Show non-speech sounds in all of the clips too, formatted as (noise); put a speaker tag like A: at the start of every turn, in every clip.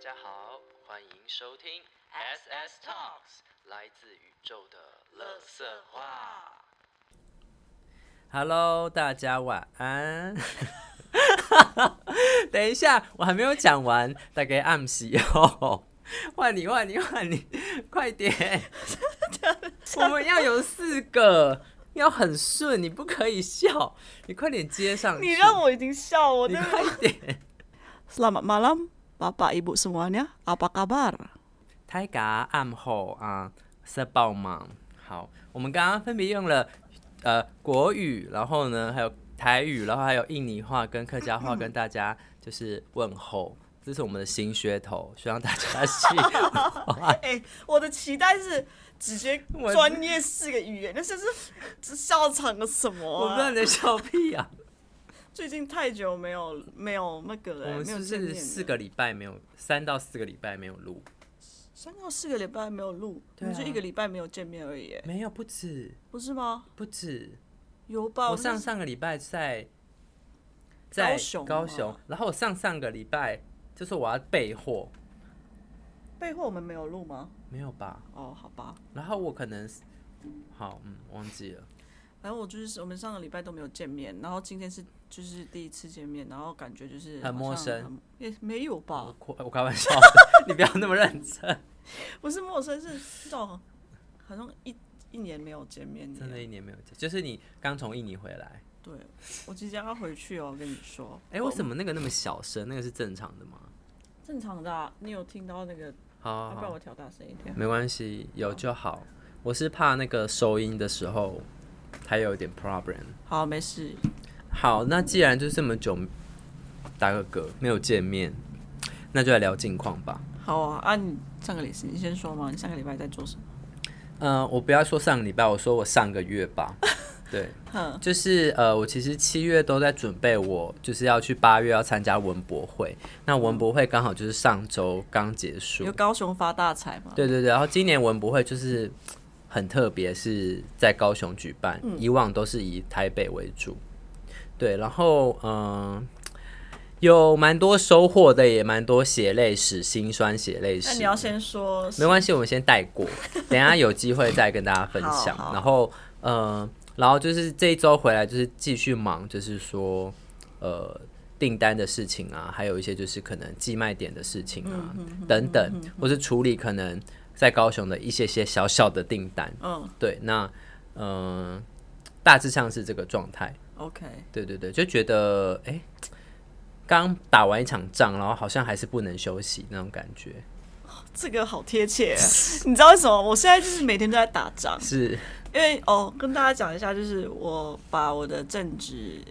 A: 家好，欢迎收听 SS Talks，来自宇宙的乐色话。Hello，大家晚安。 (laughs) 等一下，我还没有讲完，大概暗喜哦。换你，换你，换你，快点！我们要有四个，要很顺，你不可以笑，你快点接上去。
B: 你让我已经笑，我
A: 你
B: 真的。
A: 快点。
B: Selamat malam, Bapak Ibu semuanya. Apa kabar?。
A: 泰嘎暗吼啊，塞爆忙。好，我们刚刚分别用了呃国语，然后呢还有台语，然后还有印尼话跟客家话跟大家就是问候，这是我们的新噱头，希望大家喜欢
B: 哎、我的期待是直接
A: 我
B: 专业四个语言，那是是这笑场了什么
A: 我不
B: 啊、
A: 知道你在笑屁啊！ (laughs)
B: 最近太久没有没有那个了、
A: 我们
B: 没
A: 是
B: 有
A: 不
B: 见面
A: 是
B: 了
A: 四个礼拜没有，三到四个礼拜没有录？
B: 三到四个礼拜没有录，我
A: 对啊
B: 们就一个礼拜没有见面而已、哎
A: 没有，不止，
B: 不是吗？
A: 不止。
B: 有吧？
A: 我
B: 们
A: 上
B: 是
A: 上个礼拜在在
B: 高雄
A: 高
B: 吗
A: 雄，然后我上上个礼拜就说我要备货，
B: 备货我们没有录吗？
A: 没有吧？
B: 哦，好吧，
A: 然后我可能是好，嗯，忘记了。
B: 反正我就是我们上个礼拜都没有见面，然后今天是就是第一次见面，然后感觉就是
A: 很陌
B: 好像
A: 生
B: 很，也没有吧？
A: 我开我开玩笑的， (laughs) 你不要那么认真。
B: 不是陌生，是那种好像一一年没有见面
A: 真的，
B: 耶
A: 一年没有见，就是你刚从印尼回来。
B: 对，我即将要回去哦，我跟你说。
A: 哎、为什么那个那么小声？那个是正常的吗？
B: 正常的、啊，你有听到那个？
A: 好
B: 要
A: 好
B: 不要
A: 好
B: 我，调大声一点？
A: 没关系，有就好。我是怕那个收音的时候还有一点 problem。
B: 好，没事。
A: 好，那既然就这么久打个嗝没有见面，那就来聊近况吧。
B: 好啊，啊，你上个礼拜你先说嘛，你上个礼拜在做什么？
A: 嗯，我不要说上个礼拜，我说我上个月
B: (laughs)
A: 吧。对，就是呃，我其实七月都在准备我，就是要去八月要参加文博会。那文博会刚好就是上周刚结束
B: 有。高雄发大财吗？
A: 对对对，然后今年文博会就是很特别，是在高雄举办，
B: 嗯
A: 以往都是以台北为主。对，然后嗯、呃有蛮多收获的，也蛮多血泪史、心酸血泪史。
B: 那你要先说
A: 没关系，我们先带
B: (laughs)
A: 过，等一下有机会再跟大家分享
B: 好。好
A: 然后，呃，然后就是这一周回来就是继续忙，就是说，呃，订单的事情啊，还有一些就是可能寄卖点的事情
B: 嗯
A: 啊，等等，或是处理可能在高雄的一些些小小的订单。
B: 嗯
A: 对，那嗯、呃大致上是这个状态。
B: ，OK，
A: 对对对，就觉得哎，诶刚打完一场仗，然后好像还是不能休息那种感觉，
B: 这个好贴切啊。 (laughs) 你知道为什么？我现在就是每天都在打仗，
A: 是
B: 因为哦，跟大家讲一下，就是我把我的正职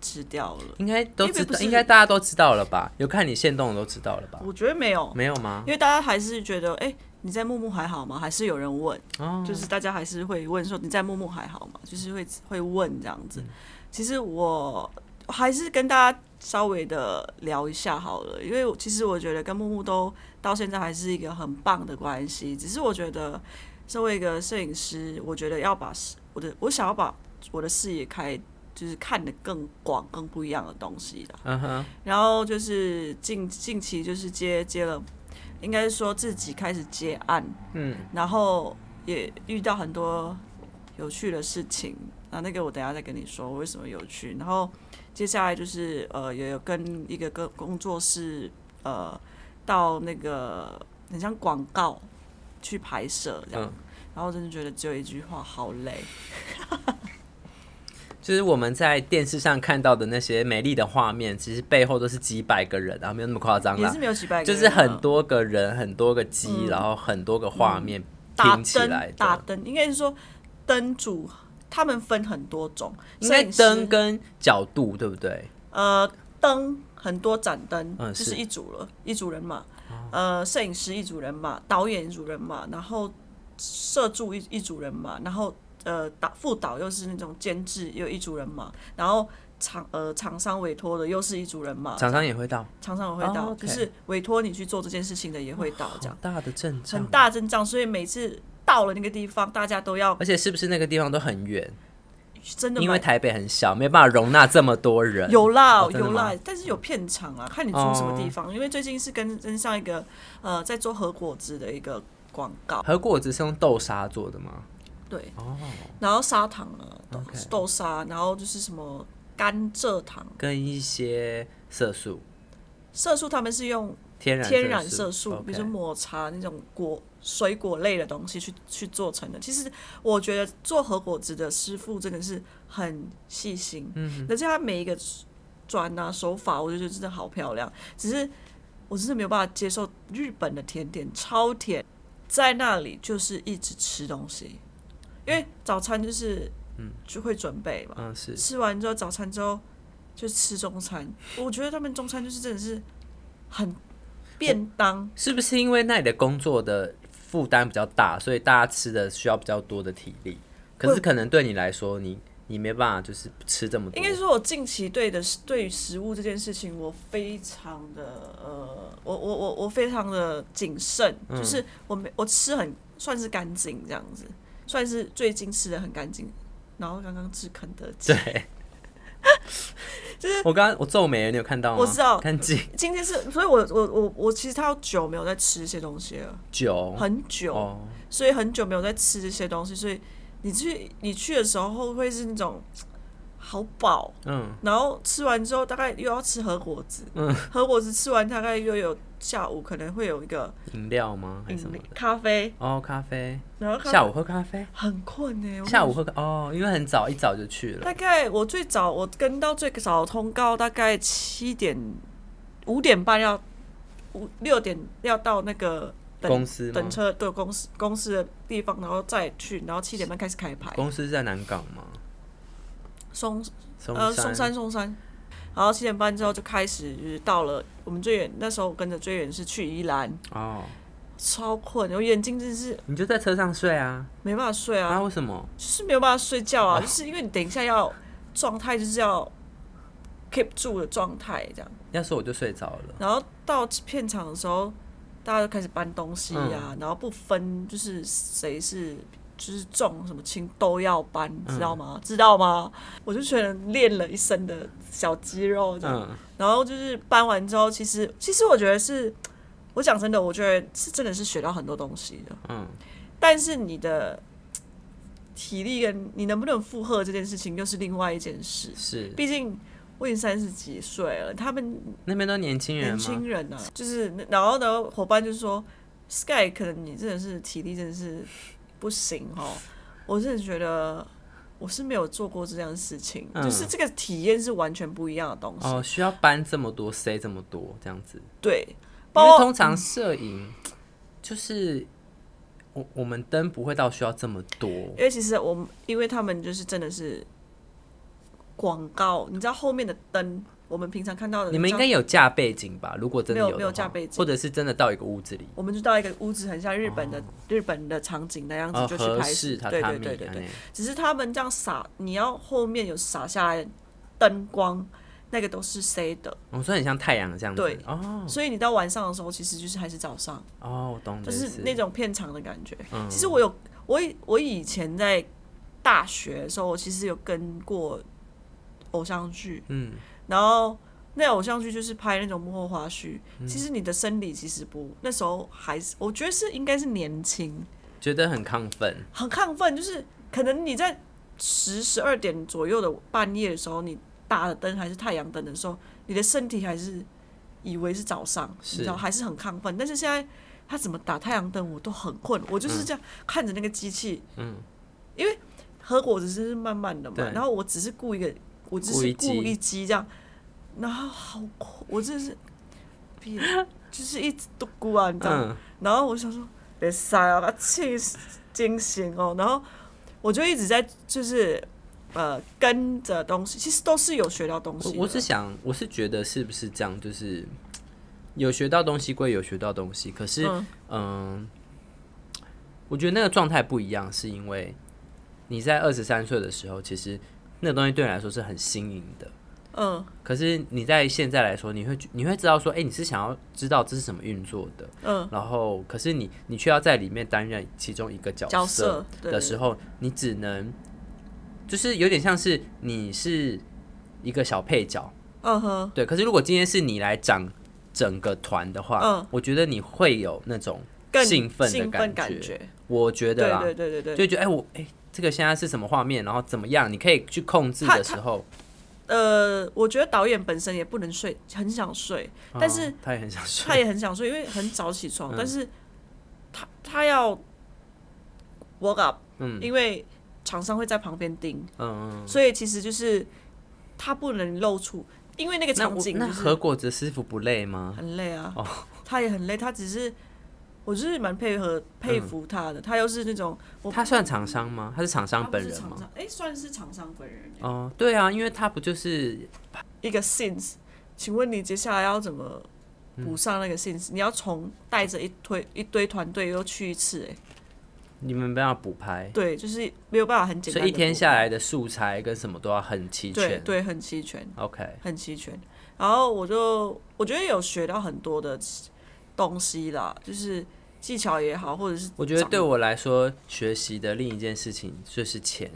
B: 辞掉了。
A: 应该都
B: 因为
A: 知
B: 不
A: 道，
B: 是
A: 应该大家都知道了吧？有看你现动的都知道了吧？
B: 我觉得没有，
A: 没有吗？
B: 因为大家还是觉得，哎、你在木木还好吗？还是有人问，
A: 哦，
B: 就是大家还是会问说你在木木还好吗？就是会会问这样子。其实我还是跟大家稍微的聊一下好了，因为我其实我觉得跟木木都到现在还是一个很棒的关系，只是我觉得作为一个摄影师，我觉得要把视我的我想要把我的视野开，就是看得更广、更不一样的东西的。
A: 嗯哼，
B: 然后就是近近期就是接接了，应该是说自己开始接案，
A: 嗯，
B: 然后也遇到很多有趣的事情。那那个我等一下再跟你说为什么有趣。然后接下来就是呃，也有跟一个跟工作室呃到那个很像广告去拍摄这样，
A: 嗯
B: 然后真的觉得只有一句话好累，
A: 就是我们在电视上看到的那些美丽的画面，其实背后都是几百个人啊，没有那么夸张
B: 也
A: 啦
B: 是，没有几百个
A: 就
B: 人啊，
A: 是很多个人、很多个机，然后很多个画面
B: 打
A: 拼起来
B: 灯，嗯打
A: 的。
B: 灯，应该是说灯组，他们分很多种，
A: 应该
B: 摄影师
A: 灯跟角度对不对？
B: 呃灯很多盏灯，
A: 嗯哦
B: 就是是一组了，一组人马，呃，摄影师一组人马，导演一组人马，然后摄助一一组人马，然后呃导副导又是那种监制又一组人马，然后厂呃厂商委托的又是一组人马，
A: 厂商也会到，
B: 厂商也
A: 哦
B: 会到，
A: ，OK 哦
B: 就是委托你去做这件事情的也会到，这
A: 好
B: 样
A: 大的阵仗
B: 很，大阵仗，所以每次到了那个地方，大家都要
A: 而且是不是那个地方都很远？
B: 真的
A: 因为
B: 蛮
A: 台北很小，没办法容纳这么多人。
B: 有啦、
A: 哦真的
B: 有啦
A: 吗，哦
B: 但是有片场啊，看你住什么地方。因为最近是跟跟上一个呃在做核果子的一个广告，
A: 和果子是用豆沙做的吗？
B: 对，
A: 哦，
B: 然后砂糖啊，豆
A: OK
B: 豆沙，然后就是什么甘蔗糖，
A: 跟一些色素，
B: 色素他们是用
A: 天然
B: 天然
A: 色
B: 色素，比如说
A: OK 嗯
B: 抹茶那种果水果类的东西去去做成的。其实我觉得做核果子的师傅真的是很细心，嗯，而且他每一个转啊手法，我就觉得真的好漂亮。只是我真的没有办法接受日本的甜点超甜，在那里就是一直吃东西，因为早餐就是嗯就会准备嘛，
A: 嗯是
B: 吃完之后早餐之后就吃
A: (laughs)
B: 中餐，我觉得他们中餐就是真的是很便当，
A: 是不是因为那里的工作的负担比较大，所以大家吃的需要比较多的体力？可是可能对你来说，你你没办法就是吃这么多 (laughs)
B: 应。该说，我近期对的对于食物这件事情，我非常的呃，我我我我非常的谨慎，
A: 嗯
B: 就是我没我吃很算是干净这样子，算是最近吃的很干净。然后刚刚吃肯德基，
A: 对，我刚刚我皱眉了，你有看到吗？
B: 我知道
A: 看进
B: 今天是，所以我我我我其实他有久没有在吃这些东西了，
A: 酒
B: 很久，
A: 哦，
B: 所以很久没有在吃这些东西，所以你去你去的时候会是那种好饱，
A: 嗯，
B: 然后吃完之后，大概又要吃核果子。嗯，核果子吃完大概又有下午可能会有一个
A: 饮料吗？还是什
B: 饮
A: 么
B: 料
A: 的？
B: 咖啡，
A: 哦，咖啡，
B: 然后咖啡哦
A: 下午喝咖啡，
B: 很困呢、我
A: 下午喝咖哦，因为很早一早就去了
B: 大。概我最早我跟到最早的通告大概七点五点半要五六点要到那个等
A: 公司吗
B: 等？车对公司公司的地方，然后再去，然后七点半开始开牌。
A: 公司是在南港吗？
B: 松
A: 松
B: 呃，松山，松山。然后七点半之后就开始，就是到了我们最远那时候，我跟着最远是去宜兰，
A: 哦，
B: 超困，我眼睛真的是
A: 你就在车上睡啊？
B: 没办法睡啊，
A: 啊，为什么？
B: 就是没有办法睡觉啊，就是因为你等一下要状态就是要 keep 住的状态这样。
A: 要是我就睡着了。
B: 然后到片场的时候，大家就开始搬东西呀、然后不分就是谁是就是重什么轻都要搬，知道吗？知道吗？我就觉得练了一身的小肌肉这样。
A: 嗯，
B: 然后就是搬完之后，其实其实我觉得是，我讲真的，我觉得是真的是学到很多东西的。
A: 嗯，
B: 但是你的嘖体力跟你能不能负荷这件事情，又是另外一件事。
A: 是
B: 毕竟我已经三十几岁了，他们
A: 那边都年轻人
B: 年
A: 吗
B: 轻？人啊，
A: 嗯
B: 就是然后呢，伙伴就说，Sky 可能你真的是体力真的是不行哦，我真的觉得。我是没有做过这样的事情，
A: 嗯
B: 就是这个体验是完全不一样的东西。
A: 哦，需要搬这么多塞这么多这样子，
B: 对，
A: 因
B: 包
A: 为
B: 括
A: 通常摄影就是我我们灯不会到需要这么多，
B: 因为其实我们，因为他们就是真的是广告，你知道后面的灯，我们平常看到的，
A: 你们应该
B: 知道
A: 有架背景吧？如果真的
B: 没有
A: 的
B: 没有
A: 话
B: 架背景
A: 或者是真的到一个屋子里，
B: 我们就到一个屋子，很像日本的、
A: 哦
B: 日本的场景那样子，
A: 呃，
B: 就去
A: 合
B: 拍
A: 适
B: 摄。
A: 榻
B: 对
A: 榻
B: 对
A: 米哎
B: 对对
A: 这
B: 对，
A: 样
B: 只是他们这样洒，你要后面有洒下来灯光，那个都是 C 的，
A: 哦，所以很像太阳这样子。
B: 对
A: 哦
B: 所以你到晚上的时候，其实就是还是早上。
A: 哦，我懂
B: 就
A: 的意思，嗯
B: 是那种片场的感觉。其实我有，我以我以前在大学的时候，我其实有跟过偶像剧，
A: 嗯，
B: 然后那偶像剧就是拍那种幕后花絮。
A: 嗯
B: 其实你的生理其实不，那时候还是我觉得是应该是年轻，
A: 觉得很亢奋，
B: 很亢奋，就是可能你在十十二点左右的半夜的时候，你打的灯还是太阳灯的时候，你的身体还是以为是早上，
A: 是
B: 你知道还是很亢奋。但是现在他怎么打太阳灯，我都很困，我就是这样看着那个机器，
A: 嗯，
B: 因为核果子是慢慢的嘛
A: 对，
B: 然后我只是故一个，我只是
A: 故意
B: 故
A: 激
B: 一击这样，然后好困，我真的是，屁就是一直都咕啊，你知道吗？
A: 嗯，
B: 然后我想说，别塞啊，把气死惊醒哦。然后我就一直在就是呃跟着东西，其实都是有学到东
A: 我
B: 西的。
A: 我是想，我是觉得是不是这样，就是有学到东西归有学到东西，可是
B: 嗯
A: 嗯、我觉得那个状态不一样，是因为你在二十三岁的时候，其实那个东西对你来说是很新颖的。
B: 嗯
A: 可是你在现在来说，你会你会知道说，哎、你是想要知道这是什么运作的，
B: 嗯，
A: 然后可是你你却要在里面担任其中一个角
B: 角
A: 色
B: 色对
A: 的时候，你只能就是有点像是你是一个小配角，
B: 嗯哼，
A: 对。可是如果今天是你来掌整个团的话，
B: 嗯
A: 我觉得你会有那种
B: 更
A: 兴奋的
B: 兴奋
A: 感
B: 感
A: 觉，我觉得
B: 对
A: 啦，
B: 对对对对，
A: 就觉得哎、我哎、这个现在是什么画面，然后怎么样，你可以去控制
B: 他
A: 的时候，
B: 呃，我觉得导演本身也不能睡，很想睡，但是
A: 哦他也很想睡，
B: 他
A: (laughs)
B: 也很想睡，因为很早起床，
A: 嗯
B: 但是他他要 work up，
A: 嗯
B: 因为厂商会在旁边盯，
A: 嗯嗯。
B: 所以其实就是他不能露出，因为那个
A: 那
B: 场
A: 我
B: 景
A: 那
B: 就是
A: 何果子师傅不累吗？
B: 很累啊，
A: 哦
B: 他也很累，他只是我就是蛮配合佩服他的，他又是那种我
A: 他算厂商吗？嗯他是厂
B: 他
A: 商
B: 不
A: 本
B: 是
A: 人
B: 厂
A: 吗？
B: 商，哎、算是厂商本人欸、
A: 哦，对啊，因为他不就是
B: 一个 since，请问你接下来要怎么
A: 嗯
B: 补上那个 since？、你要从带着一推一堆团队又去一次、欸，
A: 你们没办法补拍，
B: 对，就是没有办法很简
A: 所
B: 单，
A: 以一天下来，的素材跟什么都要很齐
B: 对
A: 全。
B: 对，很齐全，
A: OK，
B: 很齐全。然后我就我觉得有学到很多的东西啦，就是技巧也好，或者是
A: 我觉得
B: 掌
A: 对我来说，学习的另一件事情就是钱。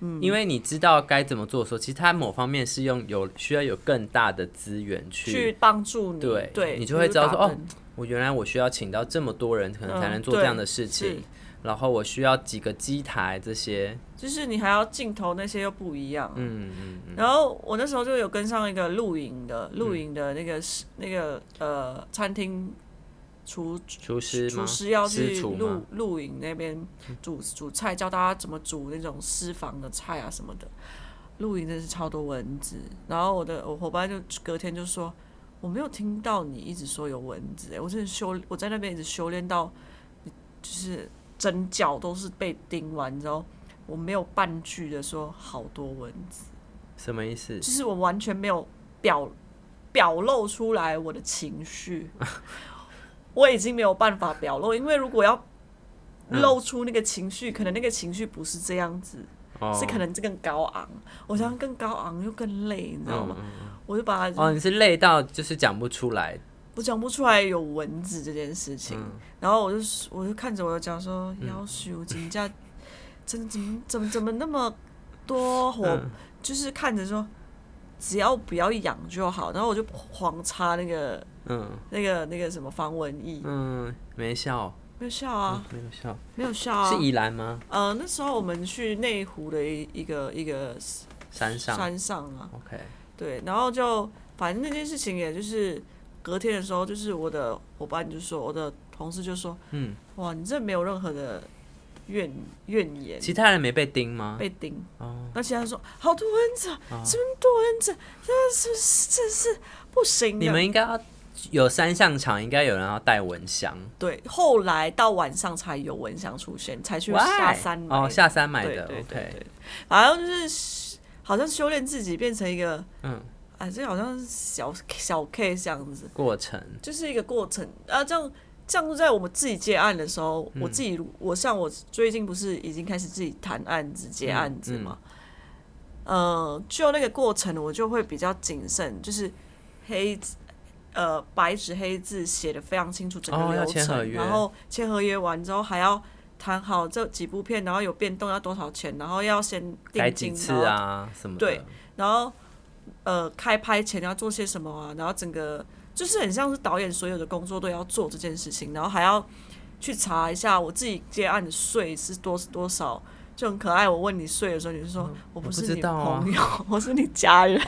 A: 嗯，因为你知道该怎么做的时候，其实它某方面是用有需要有更大的资源
B: 去帮助你，
A: 对
B: 对，
A: 你就会知道说
B: 打
A: 哦
B: 分，
A: 我原来我需要请到这么多人，可能才
B: 嗯
A: 能做这
B: 对
A: 样的事情，
B: 是
A: 然后我需要几个机台这些，
B: 就是你还要镜头那些又不一样。
A: 嗯嗯嗯，
B: 然后我那时候就有跟上一个露营的露营的那个、是那个呃餐厅厨
A: 厨师吗？
B: 厨师要
A: 私
B: 去
A: 厨
B: 露
A: 吗？
B: 露营那边煮煮菜，教大家怎么煮那种私房的菜啊什么的。露营真是超多蚊子，然后我的我伙伴就隔天就说我没有听到你一直说有蚊子、欸，我真的修我在那边一直修炼到就是整脚都是被叮完之后，我没有半句的说好多蚊子，
A: 什么意思？
B: 就是我完全没有表表露出来我的情绪，我已经没有办法表露，因为如果要
A: 嗯
B: 露出那个情绪，可能那个情绪不是这样子，
A: 哦
B: 是可能这更高昂。我想更高昂又更累，你知道吗？
A: 嗯嗯
B: 我就把
A: 嗯
B: 它，
A: 哦，你是累到就是讲不出来，
B: 我讲不出来有蚊子这件事情，
A: 嗯
B: 然后我就我就看着我就讲说，要求金价真的怎么怎么怎么那么多火，
A: 嗯
B: 就是看着说。只要不要痒就好，然后我就狂擦那个、
A: 嗯
B: 那个、那个什么防蚊液，
A: 嗯，没笑，
B: 没有效啊，
A: 没有笑，
B: 没有效啊。
A: 是宜兰吗？
B: 呃，那时候我们去内湖的一一个一个
A: 山上
B: 山上啊，
A: ，OK，
B: 对，然后就反正那件事情，也就是隔天的时候，就是我的伙伴就说，我的同事就说，
A: 嗯，
B: 哇，你这没有任何的怨怨言，
A: 其他人没被叮吗？
B: 被叮。
A: 哦，
B: 那其他人说，好多蚊子啊，
A: 哦
B: 这么多蚊子，这是这是不行的。
A: 你们应该要有山上场，应该有人要带蚊香。
B: 对，后来到晚上才有蚊香出现，才去
A: Why？
B: 下山买
A: 哦，下山买
B: 对
A: 的
B: 对对
A: ，OK，
B: 对，反正就是好像修炼自己变成一个，
A: 嗯，
B: 啊，这好像是小小 K 这样子。
A: 过程，
B: 就是一个过程啊。这样这样在我们自己接案的时候，
A: 嗯
B: 我自己我像我最近不是已经开始自己谈案子、接案
A: 嗯
B: 子嘛，呃，就那个过程我就会比较谨慎，就是黑字呃白纸黑字写的非常清楚整
A: 哦
B: 个
A: 要
B: 流
A: 签
B: 程，
A: 合约
B: 然后签合约完之后还要。谈好这几部片，然后有变动要多少钱，然后要先
A: 改
B: 定
A: 几
B: 金，
A: 次
B: 然后
A: 啊什么的。
B: 对然后呃开拍前要做些什么啊，然后整个就是很像是导演所有的工作都要做这件事情，然后还要去查一下我自己接案的税是多多少。就很可爱。我问你税的时候，你就说、我不
A: 我嗯
B: 是
A: 不
B: 你
A: 知道啊
B: 朋友，我是你
A: (laughs)
B: 家人。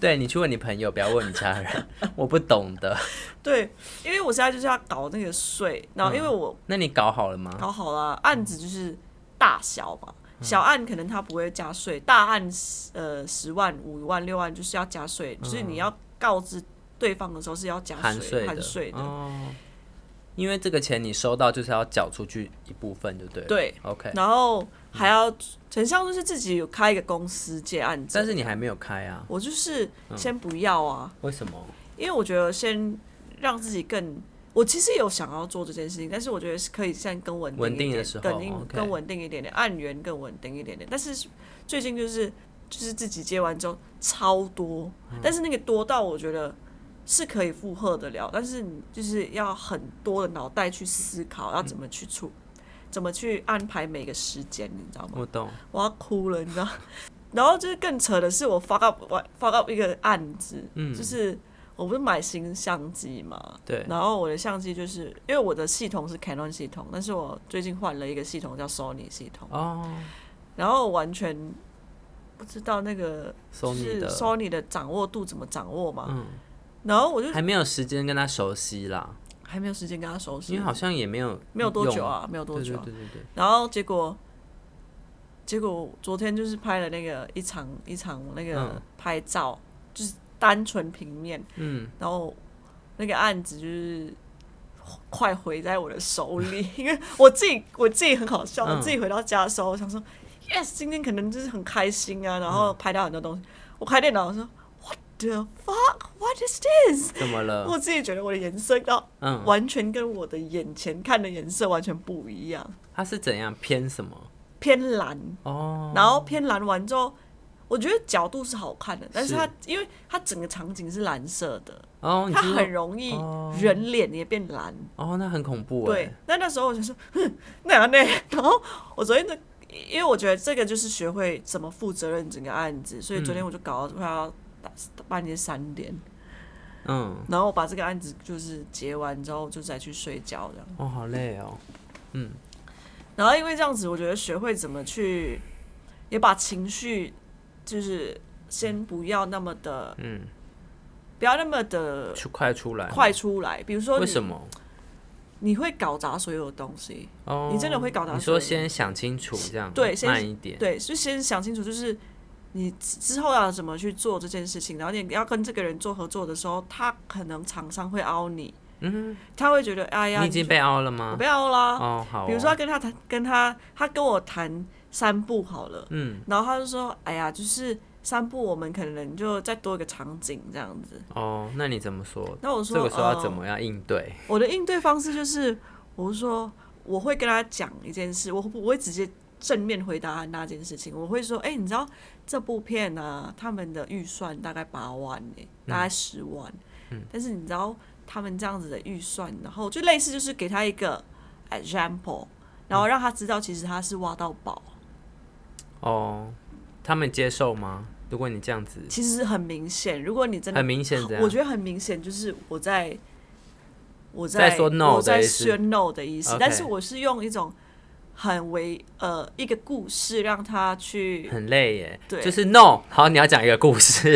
A: 对你去问你朋友，不要问你家
B: (laughs)
A: 人，我不懂的。
B: 对，因为我现在就是要搞那个税，然
A: 嗯
B: 后因为我
A: 那你搞好了吗？
B: 搞哦好了案子就是大小嘛，
A: 嗯
B: 小案可能它不会加税，大案呃十万、五万、六万就是要加税，就是你要告知对方的时候是要加
A: 嗯含
B: 税、
A: 税
B: 含
A: 的，
B: 税的。
A: 哦，因为这个钱你收到就是要缴出去一部分，就对了。
B: 对
A: ，OK。
B: 然后还要很像就是自己有开一个公司接案子，
A: 但是你还没有开啊？
B: 我就是先不要啊，
A: 为什么？
B: 因为我觉得先让自己更。我其实有想要做这件事情，但是我觉得是可以先更稳定一
A: 稳定
B: 点，
A: 的时候哦
B: 更硬
A: OK
B: 更稳定一点点，按源更稳定一点点。但是最近就是就是自己接完之后超多，
A: 嗯
B: 但是那个多到我觉得是可以负
A: 嗯
B: 荷得了，但是你就是要很多的脑袋去思考要怎么去处怎么去安排每个时间，你知道吗？
A: 我懂，
B: 我要哭了，你知道。 (laughs) 然后就是更扯的是，我发 up 我发 up 一个案子，
A: 嗯
B: 就是我不是买新相机嘛，
A: 对，
B: 然后我的相机就是因为我的系统是 Canon 系统，但是我最近换了一个系统叫 Sony 系统，
A: 哦
B: 然后完全不知道那个就
A: ，Sony
B: 是
A: 的，
B: Sony 的掌握度怎么掌握嘛，
A: 嗯，
B: 然后我就
A: 还没有时间跟他熟悉啦，
B: 还没有时间跟他熟
A: 因
B: 悉
A: 为，好像也没有
B: 没有多久
A: 用，
B: 啊，没有多
A: 对
B: 久
A: 对
B: 啊、
A: 对对对，
B: 然后结果，结果昨天就是拍了那个一场一场那个
A: 嗯
B: 拍照，就是单纯平面，
A: 嗯，
B: 然后那个案子就是快回在我的手里， (laughs) 因为我自己我自己很好笑，
A: 嗯
B: 我自己回到家的时候，我想说，yes，今天可能就是很开心啊，然后拍到很多东西，我开电脑我说，what the fuck，what is this？
A: 怎么了？
B: 我自己觉得我的颜色要
A: 嗯，
B: 完全跟我的眼前看的颜色完全不一样，
A: 他是怎样偏什么？
B: 偏蓝。
A: 哦，
B: 然后偏蓝完之后，我觉得角度是好看的，但
A: 是
B: 是它因为它整个场景是蓝色的，
A: 哦，你
B: 它
A: 知道
B: 很容易
A: 哦
B: 人脸也变蓝。
A: 哦，那很恐怖哎
B: 对，，那那时候我就说，哼，那样那样， (laughs) 然后我昨天的，因为我觉得这个就是学会怎么负责任整个案子，所以昨天我就搞到快要打半夜三点，
A: 嗯，
B: 然后我把这个案子就是结完之后就再去睡觉这样。
A: 哦，好累哦，嗯，
B: 然后因为这样子，我觉得学会怎么去，也把情绪就是先不要那么的，
A: 嗯，
B: 不要那么的
A: 出快出来，
B: 快，出来。比如说你，
A: 为什么？
B: 你会搞砸所有的东西？
A: 哦，
B: 你真的会搞到
A: 你
B: 所
A: 说
B: 有
A: 先
B: 人
A: 想清楚，这样
B: 对先
A: 慢一点，
B: 对，就先想清楚，就是你之之后要怎么去做这件事情。然后你要跟这个人做合作的时候，他可能厂商会凹你，
A: 嗯，
B: 他会觉得哎呀，
A: 你已经被凹了吗
B: 我？被凹啦。
A: 哦，好哦，
B: 比如说他跟他谈，跟他他跟我谈三步好了。
A: 嗯，
B: 然后他就说：“哎呀，就是三部，我们可能就再多一个场景这样子。
A: 哦，那你怎么说”？
B: 那我
A: 这
B: 说：“
A: 个时候要怎
B: 呃
A: 么样应对？
B: 我的应对方式就是，我说我会跟他讲一件事，我不会直接正面回答他那件事情，我会说：“哎、你知道这部片啊，他们的预算大概八万诶、大概十万，但是你知道他们这样子的预算，然后就类似就是给他一个 example，然后让他知道其实他是挖到宝。”呃
A: 哦，他们接受吗？如果你这样子，
B: 其实很明显，如果你真的
A: 很明显这样，
B: 我觉得很明显，就是我在我
A: 在说 no
B: 我在
A: 的意思
B: 说 no 的意思
A: OK，
B: 但是我是用一种很为呃一个故事让他
A: (laughs)
B: 去，
A: 很累耶。
B: 对
A: 就是 no。好，你要讲一个故事，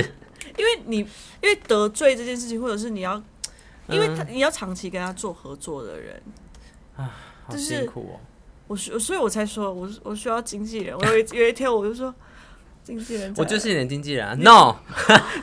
B: 因为你因为得罪这件事情，或者是你要，
A: 嗯
B: 因为他、你要长期跟他做合作的人，
A: 好
B: 就是
A: 辛苦哦。
B: 我需所以我才说我我需要经纪人，我有一有一天我就说经纪人在，
A: 我就是你的经纪人啊，no，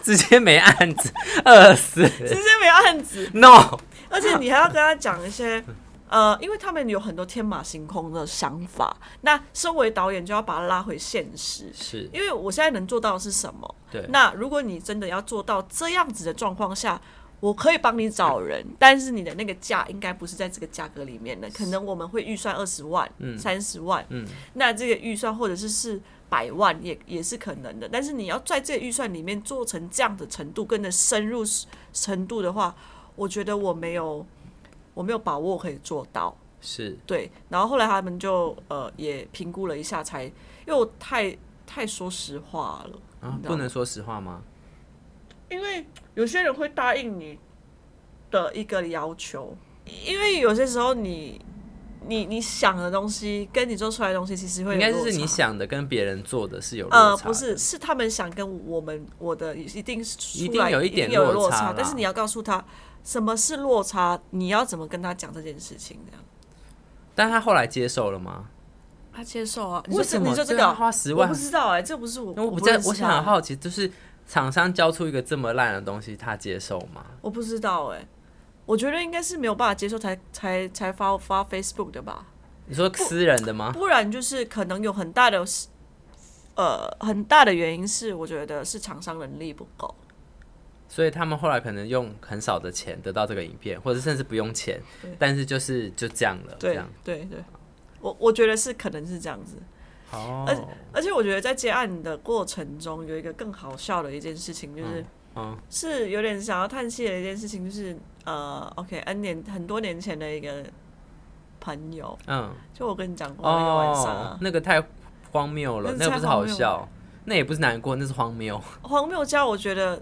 A: 直 (laughs) 接没案子， (laughs) 饿死
B: 直接没案子，
A: ，no，
B: 而且你还要跟他讲一些，呃，因为他们有很多天马行空的想法，那身为导演就要把他拉回现实。
A: 是
B: 因为我现在能做到的是什么？
A: 对，
B: 那如果你真的要做到这样子的状况下，我可以帮你找人，但是你的那个价应该不是在这个价格里面的，可能我们会预算二十万、三十、万，
A: 嗯
B: 那这个预算或者是是百万也也是可能的，但是你要在这个预算里面做成这样的程度，跟的深入程度的话，我觉得我没有我没有把握可以做到。
A: 是，
B: 对，然后后来他们就呃也评估了一下才，因为我太太说实话了，
A: 啊
B: 你，知道
A: 不能说实话吗？
B: 因为有些人会答应你的一个要求，因为有些时候你你你想的东西跟你做出来的东西其实会有
A: 应该就是
B: 落
A: 你
B: 差
A: 想的跟别人做的是有
B: 呃
A: 落差，
B: 不是，，是他们想跟我们我的一定是
A: 一
B: 出
A: 定
B: 来
A: 有一
B: 一
A: 点
B: 有
A: 落
B: 落
A: 差啦
B: 但是你要告诉他什么是落差，你要怎么跟他讲这件事情，这样
A: 但他后来接受了吗？
B: 他接受啊？你
A: 为
B: 说
A: 什
B: 这
A: 么
B: 你说这
A: 对
B: 个
A: 啊
B: 啊
A: 花十
B: 我
A: 万
B: 不？知道哎、这不是我，
A: 那我
B: 不
A: 不在，
B: 认识
A: 我
B: 他
A: 想很好奇，就是厂商交出一个这么烂的东西，他接受吗？
B: 我不知道哎、我觉得应该是没有办法接受才才才发发 Facebook 的吧，
A: 你说私人的吗？
B: 不然就是可能有很大的呃很大的原因是，我觉得是厂商能力不够。
A: 所以他们后来可能用很少的钱得到这个影片，或者甚至不用钱，但是就是就这样了，这
B: 对
A: 样。
B: 对对，我我觉得是可能是这样子。
A: 哦，
B: 而且我觉得在接案的过程中，有一个更好笑的一件事情，就是、
A: 嗯
B: 是有点想要叹气的一件事情，就是呃，OK，N 年很多年前的一个朋友，
A: 嗯，
B: 就我跟你讲过那个晚上
A: 哦
B: 啊，，
A: 那个太荒谬了，那
B: 那是
A: 个不是
B: 太荒
A: 好
B: 谬了
A: 笑，那也不是难过，那是荒谬，
B: 荒谬加我觉得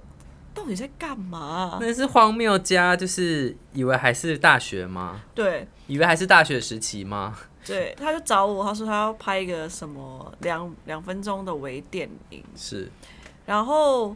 B: 到底在干嘛啊、
A: 那是荒谬加就是以为还是大学吗？
B: 对
A: 以为还是大学时期吗？
B: 对，他就找我，他说他要拍一个什么两两分钟的微电影，
A: 是，
B: 然后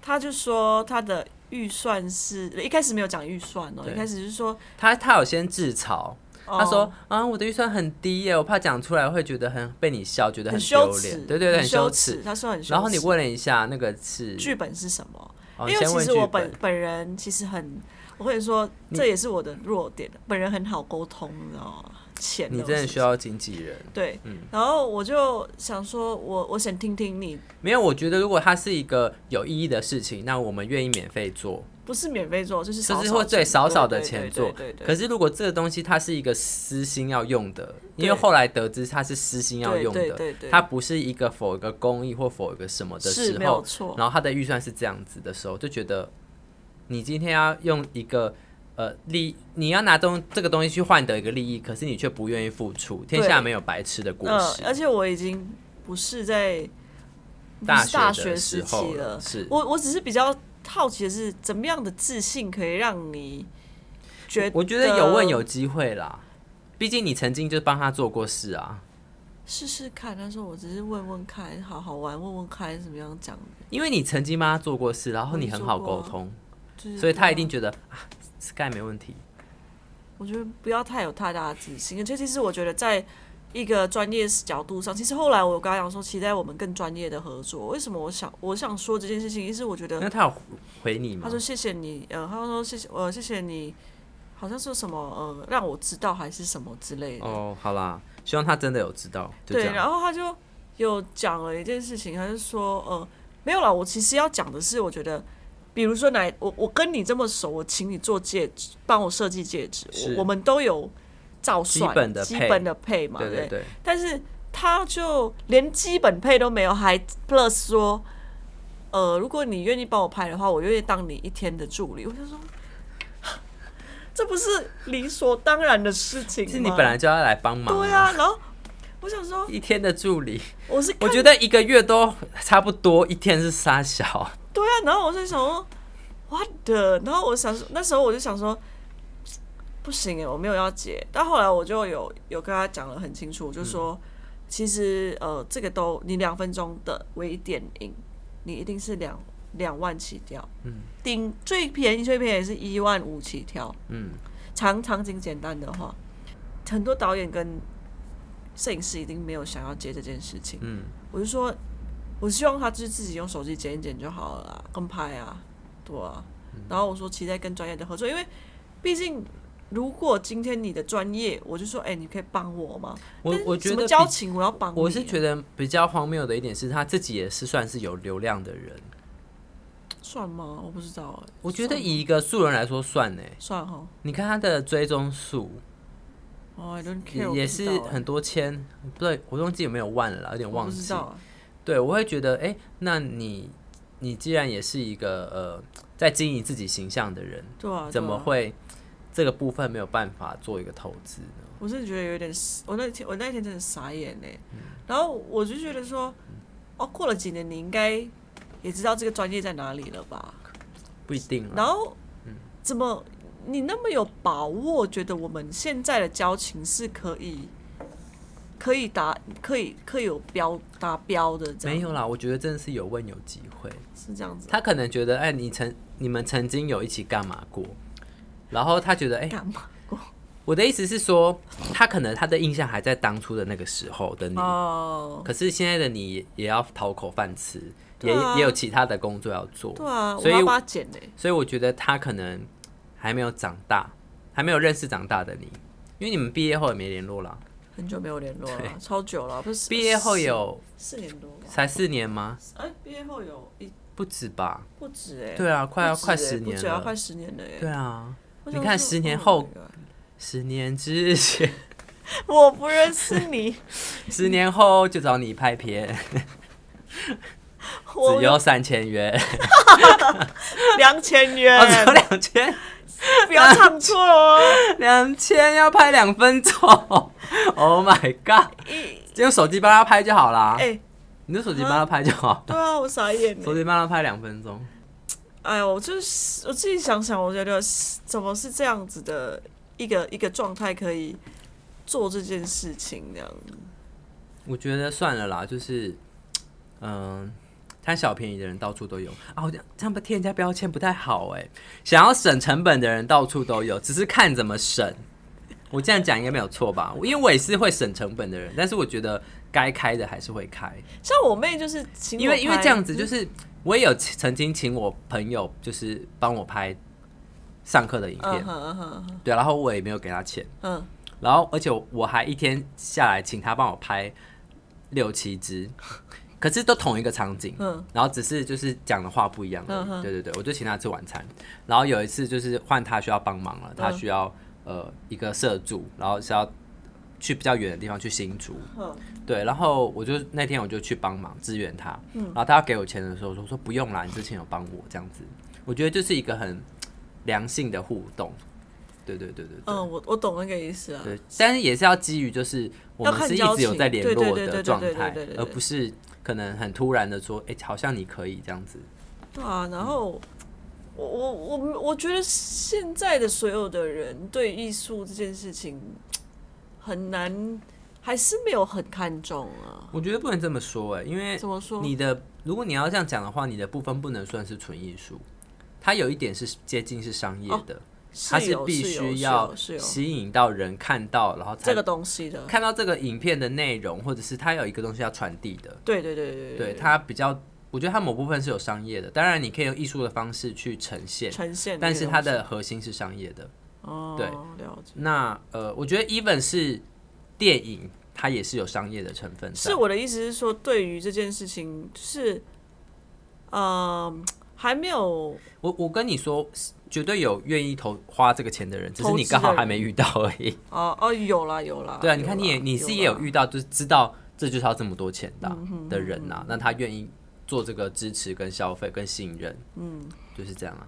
B: 他就说他的预算是一开始没有讲预算哦、
A: 对
B: 一开始就是说
A: 他他有先自嘲，他
B: 哦
A: 说、啊，我的预算很低耶，我怕讲出来会觉得很被你笑，觉得
B: 很羞
A: 丢
B: 耻，
A: 脸，对对对，很羞
B: 羞
A: 耻。
B: 他说很羞耻。
A: 然后你问了一下那个是，
B: 剧本是什么？
A: 哦、你
B: 因为
A: 先
B: 其
A: 问
B: 实
A: 剧
B: 我本本人其实很，我跟你说，这也是我的弱点，本人很好沟通，你知道吗？钱
A: 你
B: 东
A: 真的
B: 西
A: 需要嗯经纪人。
B: 对，然后我就想说我我想听听你，
A: 没有，我觉得如果它是一个有意义的事情，那我们愿意免费做，
B: 不是免费做，就是
A: 就
B: 少
A: 是
B: 少
A: 或对
B: 钱
A: 少少的
B: 对对
A: 钱
B: 对
A: 做
B: 对。对
A: 可是如果这个东西它是一个私心要用的，因为
B: 对
A: 后来得知它是私心要
B: 对
A: 用
B: 对
A: 的，
B: 对对，
A: 它不是一个否一个公益或否一个什么的时
B: 是没
A: 候
B: 有，错，
A: 然后他的预算是这样子的时候，就觉得你今天要用一个呃利，你要拿东这个东西去换得一个利益，可是你却不愿意付出，天下没有白吃的果
B: 嗯、
A: 实。
B: 而且我已经不是在不
A: 大
B: 是大
A: 学
B: 学
A: 的
B: 时
A: 时
B: 期
A: 候
B: 了，
A: 是
B: 我我只是比较好奇的是，怎么样的自信可以让你觉
A: 我觉得有问有机会啦，毕竟你曾经就帮他做过事啊。
B: 试试看，但是我只是问问看，好好玩，问问看怎么样讲的，
A: 因为你曾经帮他做过事，然后你很好
B: 我
A: 沟
B: 嗯有做过
A: 通，
B: 就是
A: 所以他一定
B: 不
A: 觉
B: 要
A: 得啊，Sky 没问题。
B: 我觉得不要太有太大的自信，而且其实我觉得在一个专业角度上，其实后来我有跟他讲说，期待我们更专业的合作。为什么我想我想说这件事情，是我觉
A: 那
B: 得
A: 他有回你吗
B: 他？说谢谢你，呃，他说谢谢，呃，谢谢你，好像说什么呃，让我知道还是什么之类的。
A: 哦，好啦，希望他真的有知道。就这
B: 对，
A: 样
B: 然后他就有讲了一件事情，他就说，呃，没有啦，我其实要讲的是，我觉得，比如说哪，我我跟你这么熟，我请你做戒指，帮我设计戒指，
A: 是
B: 我我们都有照算
A: 基本的
B: 基
A: 配
B: 本的配嘛，
A: 对
B: 不
A: 对对，
B: 但是他就呃连基本配都没有，还 plus 说，呃，如果你愿意帮我拍的话，我愿意当你一天的助理。我就说， (laughs) 这不是理所当然的事情吗？
A: 是你本来就要来帮忙。
B: 对啊，然后我想说，
A: 一天的助理，
B: 我是看
A: 我觉得一个月都差不多，一天是沙小，
B: 对啊，然后我就想说，what the，然后我想说，那时候我就想说，不行哎，我没有要结。但后来我就有有跟他讲了很清楚，就说、
A: 嗯
B: 其实呃，这个都你两分钟的微电影，你一定是两两万起跳，嗯，顶最便宜最便宜是一万五起跳，
A: 嗯，
B: 长场景简单的话，很多导演跟摄影师一定没有想要接这件事情，
A: 嗯，
B: 我就说，我希望他就是自己用手机剪一剪就好了啦，跟拍啊，对啊。
A: 嗯
B: 然后我说期待跟专业的合作，因为毕竟如果今天你的专业，我就说，哎、你可以帮我吗？
A: 我
B: 但是
A: 我觉
B: 什
A: 得
B: 么
A: 比
B: 交情我要帮你啊、
A: 我是觉得比较荒谬的一点是，他自己也是算是有流量的人。
B: 算吗？我不知道、哎
A: 我觉得
B: 算吗
A: 以一个素人来说算呢，
B: 算哈
A: 你看他的追踪数
B: 哦，I don't
A: 也
B: care，
A: 也
B: 我不知道
A: 是
B: 哎
A: 很多千，不对，我忘记有没有万了啦，有点
B: 我
A: 忘
B: 不知
A: 记。
B: 道
A: 对，我会觉得，哎、那你你既然也是一个呃在经营自己形象的人，
B: 哎，对啊，
A: 怎么
B: 对啊？
A: 会这个部分没有办法做一个投资呢？
B: 我是觉得有点，我那天我那天真的傻眼呢、哎
A: 嗯
B: 然后我就觉得说，哦，过了几年你应该也知道这个专业在哪里了吧？
A: 不一定啦。
B: 然后，怎么你那么有把握，觉得我们现在的交情是可以，可以达，可以可以有标达标的这样？
A: 没有啦，我觉得真的是有问有机会。
B: 是这样子。
A: 他可能觉得，哎、你曾你们曾经有一起干嘛过？然后他觉得，哎、
B: 干嘛？
A: 我的意思是说，他可能他的印象还在当初的那个时候的你，
B: 哦，
A: 可是现在的你也要讨口饭吃，也
B: 对啊
A: 也有其他的工作要做。
B: 对啊，我
A: 所以
B: 要把它剪嘞、
A: 所以我觉得他可能还没有长大，还没有认识长大的你，因为你们毕业后也没联络啦。
B: 很久没有联络了，超久了，不是
A: 毕业后有
B: 四四年多吧？
A: 才四年吗？
B: 哎，毕业后有一
A: 不止吧？
B: 不止哎、
A: 对啊，快要
B: 不止
A: 快
B: 哎
A: 十年
B: 不止要
A: 了。
B: 快十年了哎、
A: 对啊，
B: 我想
A: 你看
B: 说
A: 十年
B: Oh my
A: 后
B: God
A: 十年之前。
B: 我不认识
A: (laughs)
B: 你，
A: 十年后就找你拍片，
B: (laughs) 我 (laughs)
A: 只要三千元，哦
B: 两千元，
A: 哦，只有两千，
B: 不不要唱错哦。
A: 两千要拍两分钟 (laughs) ，Oh my god！用手机帮他拍就好啦，
B: 哎、
A: 你用手机帮他拍就好，
B: 对啊，我傻眼
A: (laughs) 手
B: 了。
A: 机帮他拍两分钟，
B: 哎呦，我就是我自己想想，我觉得是怎么是这样子的一个一个状态可以做这件事情这样子。
A: 我觉得算了啦，就是，嗯。贪小便宜的人到处都有啊！我这样这样贴人家标签不太好哎、想要省成本的人到处都有，只是看怎么省。我这样讲应该没有错吧？因为我也是会省成本的人，但是我觉得该开的还是会开。
B: 像我妹就是请我
A: 因为因为
B: 拍嗯
A: 这样子，就是我也有请曾经请我朋友，就是帮我拍上课的影
B: 嗯
A: 片，
B: 哼嗯哼嗯
A: 对，然后我也没有给他钱，
B: 哼
A: 然后而且我还一天下来请他帮我拍六七
B: (laughs)
A: 支，可是都同一个场景，
B: 嗯
A: 然后只是就是讲的话不一样而已
B: 嗯哼
A: 对对对，我就请他吃晚餐，然后有一次就是换他需要帮忙了，他
B: 嗯
A: 需要呃一个社助，然后是要去比较远的地方去新竹，
B: 嗯
A: 对，然后我就那天我就去帮忙支援他，
B: 嗯
A: 然后他要给我钱的时候，我说我说不用啦，你之前有帮我这样子，我觉得就是一个很良性的互动，对对对对对，
B: 嗯，我我懂那个意思啊。
A: 对，但是也是要基于就是我
B: 要
A: 们
B: 看
A: 是一
B: 交
A: 直有
B: 情
A: 在联
B: 对对
A: 络
B: 对对
A: 的
B: 对
A: 状
B: 对对
A: 态
B: 对对，
A: 而
B: 对
A: 不是可能很突然的说，哎，好像你可以这样子，
B: 对啊，然后我我我我觉得现在的所有的人对艺术这件事情很难，还是没有很看重啊。
A: 我觉得不能这么说哎、因为
B: 怎么说？
A: 你的如果你要这样讲的话，你的部分不能算是纯艺术，它有一点是接近是商业的。它
B: 哦是
A: 是
B: 有
A: 必
B: 是有
A: 须
B: 是
A: 要
B: 有是有
A: 吸引到人看到，然后才
B: 这个东西的。
A: 看到这个影片的内容，或者是它有一个东西要传递的。
B: 对对对对
A: 对，它比较，我觉得它某部分是有商业的，当然你可以用艺术的方式去呈现，
B: 呈现那个东
A: 但
B: 西，
A: 是它的核心是商业的。
B: 哦，
A: 对
B: 了解。
A: 那呃，我觉得 even 是电影，它也是有商业的成分在。
B: 是我的意思是说，对于这件事情是，呃，还没有
A: 我我跟你说，绝对有愿意投花这个钱的人，只是
B: 投
A: 你
B: 资
A: 刚好
B: 的
A: 还没遇到而已。
B: 哦哦，有啦有啦。
A: 对啊，你看
B: 有
A: 你也
B: 啦嗯
A: 你是
B: 有
A: 也有
B: 啦
A: 遇到，就是知道这就是要这么多钱的啊、的人呐、那他愿意做这个支持跟消费跟信任，嗯，就是这样啊。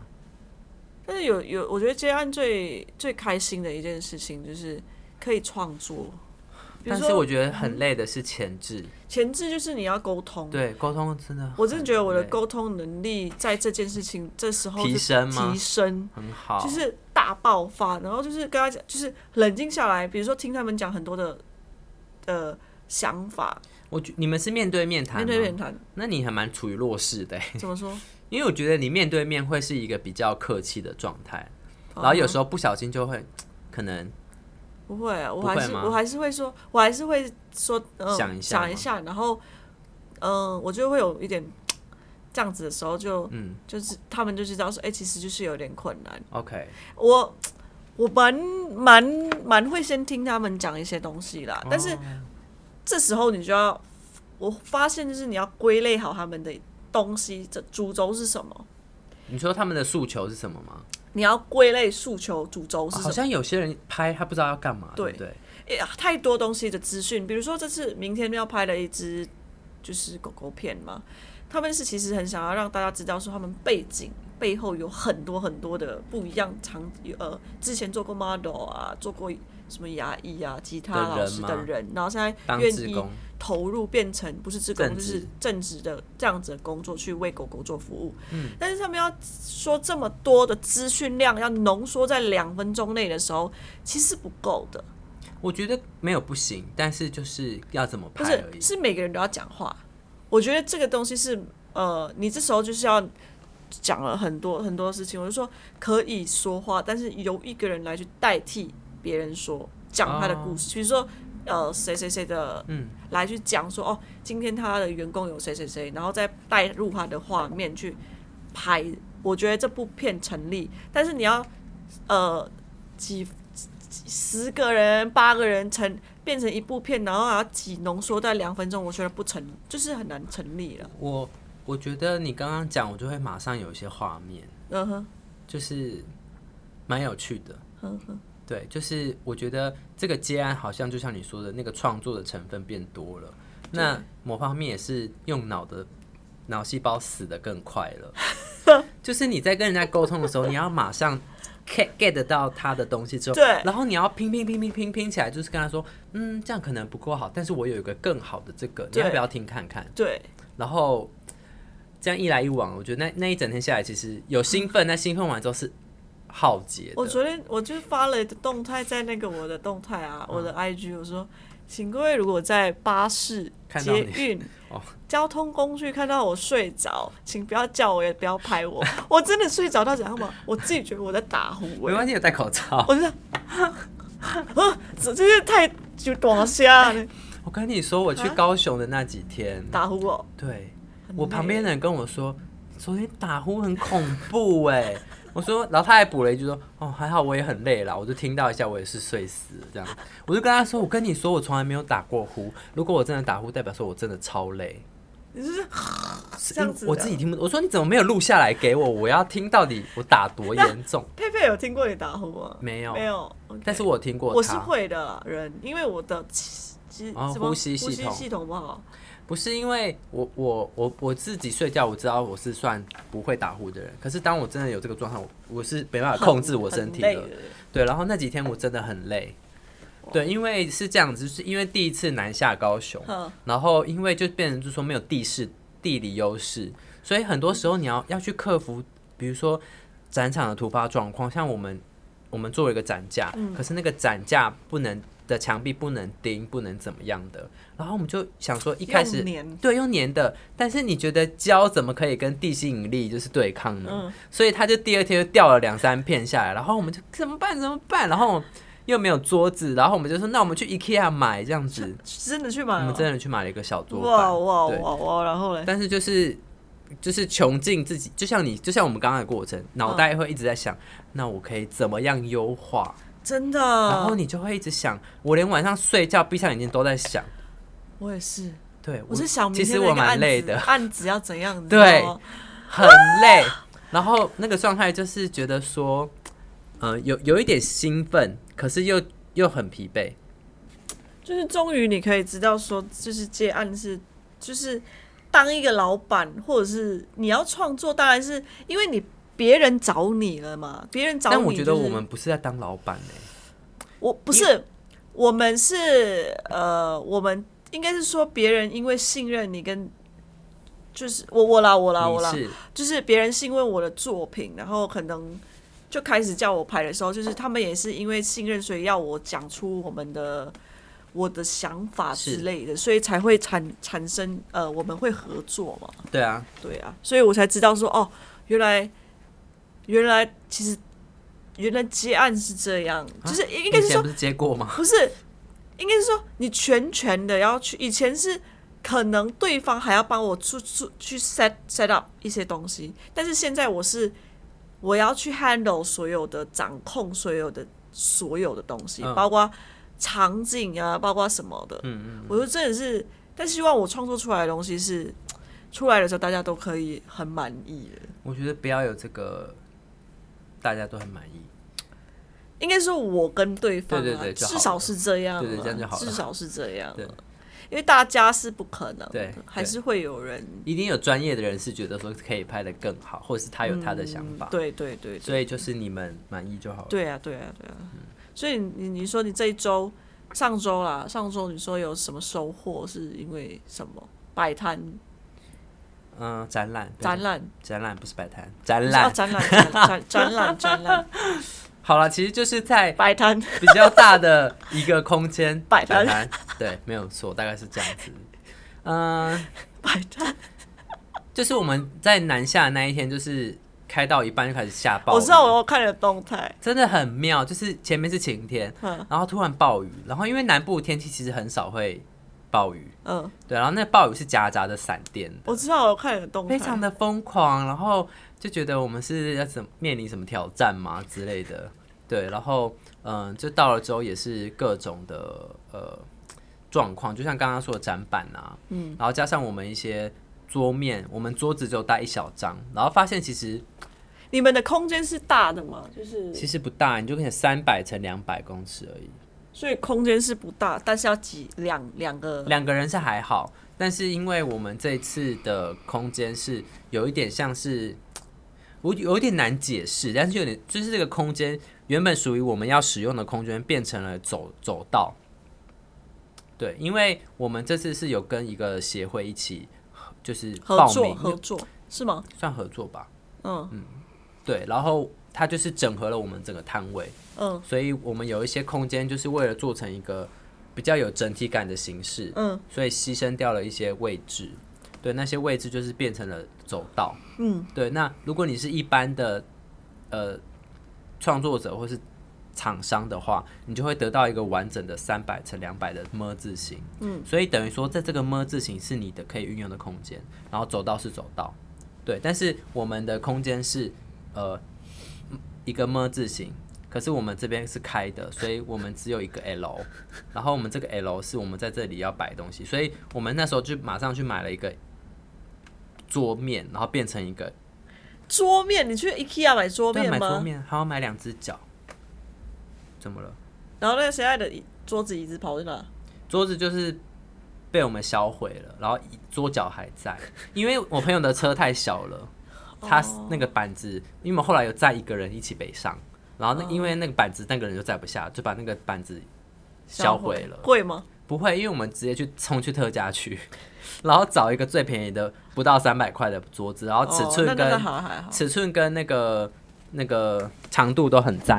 B: 但是有有，我觉得接案最最开心的一件事情就是可以创作。比如
A: 但是
B: 说
A: 我觉得很累的是前置，
B: 前置就是你要沟通，
A: 对沟通真的很累，
B: 我真的觉得我的沟通能力在这件事情这时候是
A: 提升吗
B: 提升
A: 很好，
B: 就是大爆发，然后就是跟他讲，就是冷静下来，比如说听他们讲很多的呃想法，
A: 我觉你们是面对面谈，
B: 面对面，谈
A: 那你还蛮处于弱势的欸、
B: 怎么
A: (laughs)
B: 说？
A: 因为我觉得你面对面会是一个比较客气的状态，
B: 哦
A: 然后有时候不小心就会可能
B: 不会啊，我
A: 不会
B: 还是
A: 吗
B: 我还是会说，我还是会说，嗯，
A: 想一下吗
B: 想一下，然后，嗯，我就会有一点这样子的时候就，
A: 嗯
B: 就是他们就知道说，哎、其实就是有点困难。
A: OK，
B: 我我蛮蛮蛮会先听他们讲一些东西啦，但是
A: 哦
B: 这时候你就要，我发现就是你要归类好他们的东西，这主轴是什么？
A: 你说他们的诉求是什么吗？
B: 你要归类诉求主轴是什
A: 好
B: 么？
A: 像有些人拍他不知道要干嘛，对
B: 对
A: 不对？
B: 哎呀，太多东西的资讯，比如说这次明天要拍的一支就是狗狗片嘛，他们是其实很想要让大家知道说他们背景背后有很多很多的不一样场，呃，之前做过 model 啊，做过什么牙医啊、吉他
A: 的人
B: 老师的
A: 吗
B: 人，然后现在
A: 当
B: 愿
A: 志
B: 意
A: 工，
B: 投入变成不是职工
A: 正
B: 就
A: 职
B: 是正职的这样子的工作去为狗狗做服务。嗯，但是他们要说这么多的资讯量要浓缩在两分钟内的时候，其实不够的。
A: 我觉得没有不行，但是就是要怎么
B: 不
A: 拍
B: 是
A: 而已。
B: 是每个人都要讲话。我觉得这个东西是呃，你这时候就是要讲了很多很多事情，我就说可以说话，但是由一个人来去代替别人说讲他的故事，比如说。呃，谁谁谁的，
A: 嗯，
B: 来去讲说哦，今天他的员工有谁谁谁，然后再带入他的画面去拍，我觉得这部片成立。但是你要呃几几十个人、八个人成变成一部片，然后还要挤浓缩在两分钟，我觉得不成，就是很难成立了。
A: 我我觉得你刚刚讲，我就会马上有一些画面，
B: 嗯哼，嗯
A: 就是蛮有趣的。对，就是我觉得这个接案好像就像你说的那个创作的成分变多了，那某方面也是用脑的
B: (laughs)
A: 脑细胞死得更快了。就是你在跟人家沟通的时候，你要马上 get get 到他的东西之后，
B: 对
A: 然后你要拼拼拼拼拼拼起来，就是跟他说，嗯，这样可能不够好，但是我有一个更好的这个，你
B: 对
A: 要不要听看看？
B: 对，
A: 然后这样一来一往，我觉得那那一整天下来，其实有兴奋，但兴奋完之后是浩劫的。
B: 我昨天我就发了一个动态在那个我的动态啊，
A: 嗯
B: 我的 IG 我说，请各位如果在巴士、
A: 看到
B: 捷
A: 你
B: 运
A: (laughs) 哦、
B: 交通工具看到我睡着，请不要叫我，也不要拍我， (laughs) 我真的睡着到怎样嘛？我自己觉得我在打呼、
A: 没
B: 欸，
A: 关系，有戴口罩。
B: 我就这样， (laughs) 啊，这真是太就短瞎了，
A: 我跟你说，我去
B: 啊
A: 高雄的那几天，
B: 打呼哦，
A: 对
B: 很
A: 我旁
B: 累欸
A: 边的人跟我说，昨天打呼很恐怖哎、 (laughs) 我说，然后他还补了一句说，哦，还好我也很累啦，我就听到一下，我也是睡死了这样。我就跟他说，我跟你说，我从来没有打过呼，如果我真的打呼，代表说我真的超累。
B: 你就是 (laughs)
A: 是
B: 这样
A: 因
B: 子
A: 我
B: 的
A: 自己听不，我说你怎么没有录下来给我？我要听到底我打
B: (laughs)
A: 多严重。
B: 佩佩有听过你打呼吗？
A: 没有
B: 没有。OK
A: 但是我听过他，
B: 我是会的人，因为我的气气
A: 哦
B: 什么
A: 呼吸系
B: 呼吸
A: 统啊
B: 系统不好。
A: 不是因为我我我我自己睡觉，我知道我是算不会打呼的人，可是当我真的有这个状态，我我是没办法控制我身体
B: 很
A: 的
B: 很累。
A: 对，然后那几天我真的很累。对，因为是这样子，就是因为第一次南下高雄，
B: 嗯
A: 然后因为就变成就是说没有地势地理优势，所以很多时候你要要去克服，比如说展场的突发状况，像我们我们做了一个展架，
B: 嗯
A: 可是那个展架不能的墙壁不能钉，不能怎么样的，然后我们就想说一开始
B: 用粘
A: 对用粘的，但是你觉得胶怎么可以跟地心引力就是对抗呢？
B: 嗯
A: 所以它就第二天就掉了两三片下来，然后我们就怎么办怎么办，然后又没有桌子，然后我们就说那我们去 IKEA 买这样子。
B: 真的去买
A: 我
B: 了
A: 们真的去买了一个小桌
B: 嗯哇哇
A: 板，对，
B: 哇哇！然后嘞，
A: 但是就是就是穷尽自己，就像你，就像我们刚刚的过程，
B: 嗯
A: 脑袋会一直在想，那我可以怎么样优化，
B: 真
A: 然后
B: 的，
A: 你就会一直想，我连晚上睡觉闭上眼睛都在想，
B: 我也是，
A: 对
B: 我是想明
A: 其
B: 天
A: 实
B: 那
A: 我
B: 个
A: 蛮
B: 案
A: 累
B: 子
A: 的，
B: (laughs) 案子要怎样？你知
A: 对
B: 道吗
A: 很累，然后那个状态就是觉得说，呃，有有一点兴奋，可是又又很疲惫，
B: 就是终于你可以知道说，就是接案是，就是当一个老板，或者是你要创作，当然是因为你别人找你了嘛，别人找你、
A: 但
B: 就是。
A: 我觉得我们不是在当老板哎、
B: 我不是，我们是呃，我们应该是说别人因为信任你跟，就是我我啦我啦我啦，
A: 你是
B: 就是别人信任我的作品，然后可能就开始叫我拍的时候，就是他们也是因为信任，所以要我讲出我们的我的想法
A: 是
B: 之类的，所以才会产产生呃，我们会合作嘛。
A: 对啊，
B: 对啊，所以我才知道说，哦，原来原来其实原来接案是这样，就是应应该
A: 以
B: 是
A: 前
B: 说
A: 不是接过吗？
B: 不是，应该是说你全权的要去，以前是。可能对方还要帮我出出去 set set up 一些东西，但是现在我是我要去 handle 所有的掌控所有的所有的东西，
A: 嗯
B: 包括场景啊，包括什么的。嗯嗯我说真的是，但希望我创作出来的东西是出来的时候大家都可以很满意的。
A: 我觉得不要有这个，大家都很满意。
B: 应该说我跟对方、啊，
A: 对对对就好
B: 至少是这样、啊，
A: 对对这样就好了
B: 至少是这样、啊
A: 对。
B: 因为大家是不可能的，
A: 对嗯对
B: 还是会有人
A: 一定有专业的人是觉得说可以拍得更好，或者是他有他的想法，
B: 嗯对对对对
A: 所以就是你们满意就好了。
B: 对啊对啊对啊。所以你你说你这一周上周啦，上周你说有什么收获？是因为什么？摆摊
A: 嗯、展览，
B: 展览，
A: 展览不是摆摊，展
B: 啊
A: 览。
B: 展览展展展览展
A: (laughs)
B: 览
A: 好了，其实就是在 (laughs)
B: 摆摊，
A: 比较大的一个空间
B: (laughs) 摆摊
A: 摊，对，没有错，大概是这样子。嗯、
B: 摆摊。
A: 就是我们在南下那一天，就是开到一半就开始下暴雨，
B: 我知道，我有看你的动态，
A: 真的很妙，就是前面是晴天，
B: 嗯
A: 然后突然暴雨，然后因为南部天气其实很少会暴雨，
B: 嗯，
A: 对，然后那暴雨是夹杂着闪电的，
B: 我知道我有看你的动
A: 非
B: 态，
A: 常的疯狂，然后就觉得我们是要怎么面临什么挑战嘛之类的，对，然后嗯，就到了之后也是各种的呃状况，就像刚刚说的展板啊，嗯，然后加上我们一些桌面，我们桌子就带一小张，然后发现其实
B: 你们的空间是大的嘛？就是
A: 其实不大，你就可以三百乘两百公尺而已，
B: 所以空间是不大，但是要挤两两个
A: 两个人是还好，但是因为我们这一次的空间是有一点像是，我有点难解释，但是有点就是这个空间原本属于我们要使用的空间变成了走走道。对，因为我们这次是有跟一个协会一起合就是
B: 合
A: 报
B: 作
A: 名，
B: 合作是吗？
A: 算合作吧。
B: 嗯
A: 对，然后它就是整合了我们整个摊位，
B: 嗯
A: 所以我们有一些空间就是为了做成一个比较有整体感的形式，
B: 嗯
A: 所以牺牲掉了一些位置。对，那些位置就是变成了走道。
B: 嗯
A: 对，那如果你是一般的呃创作者或是厂商的话，你就会得到一个完整的三百乘两百的么字形。
B: 嗯，
A: 所以等于说，在这个么字形是你的可以运用的空间，然后走道是走道，对。但是我们的空间是呃一个么字形，可是我们这边是开的，所以我们只有一个 L，然后我们这个 L 是我们在这里要摆东西，所以我们那时候就马上去买了一个桌面，然后变成一个
B: 桌面，你去 IKEA 买桌
A: 对
B: 面
A: 买桌
B: 吗？
A: 面，还要买两只脚，怎么了？
B: 然后那个谁爱的椅桌子椅子跑去哪？
A: 桌子就是被我们销毁了，然后椅桌脚还在，因为我朋友的车太小
B: (laughs)
A: 了，他那个板子，因为我们后来有载一个人一起北上，然后那因为那个板子那个人就载不下，就把那个板子销毁了。
B: 贵吗？
A: 不会，因为我们直接去冲去特价区， (laughs) 然后找一个最便宜的不到三百块的桌子，然后尺
B: 哦
A: 寸
B: 那那那
A: 跟
B: 好还好，
A: 尺寸跟那个那个长度都很赞，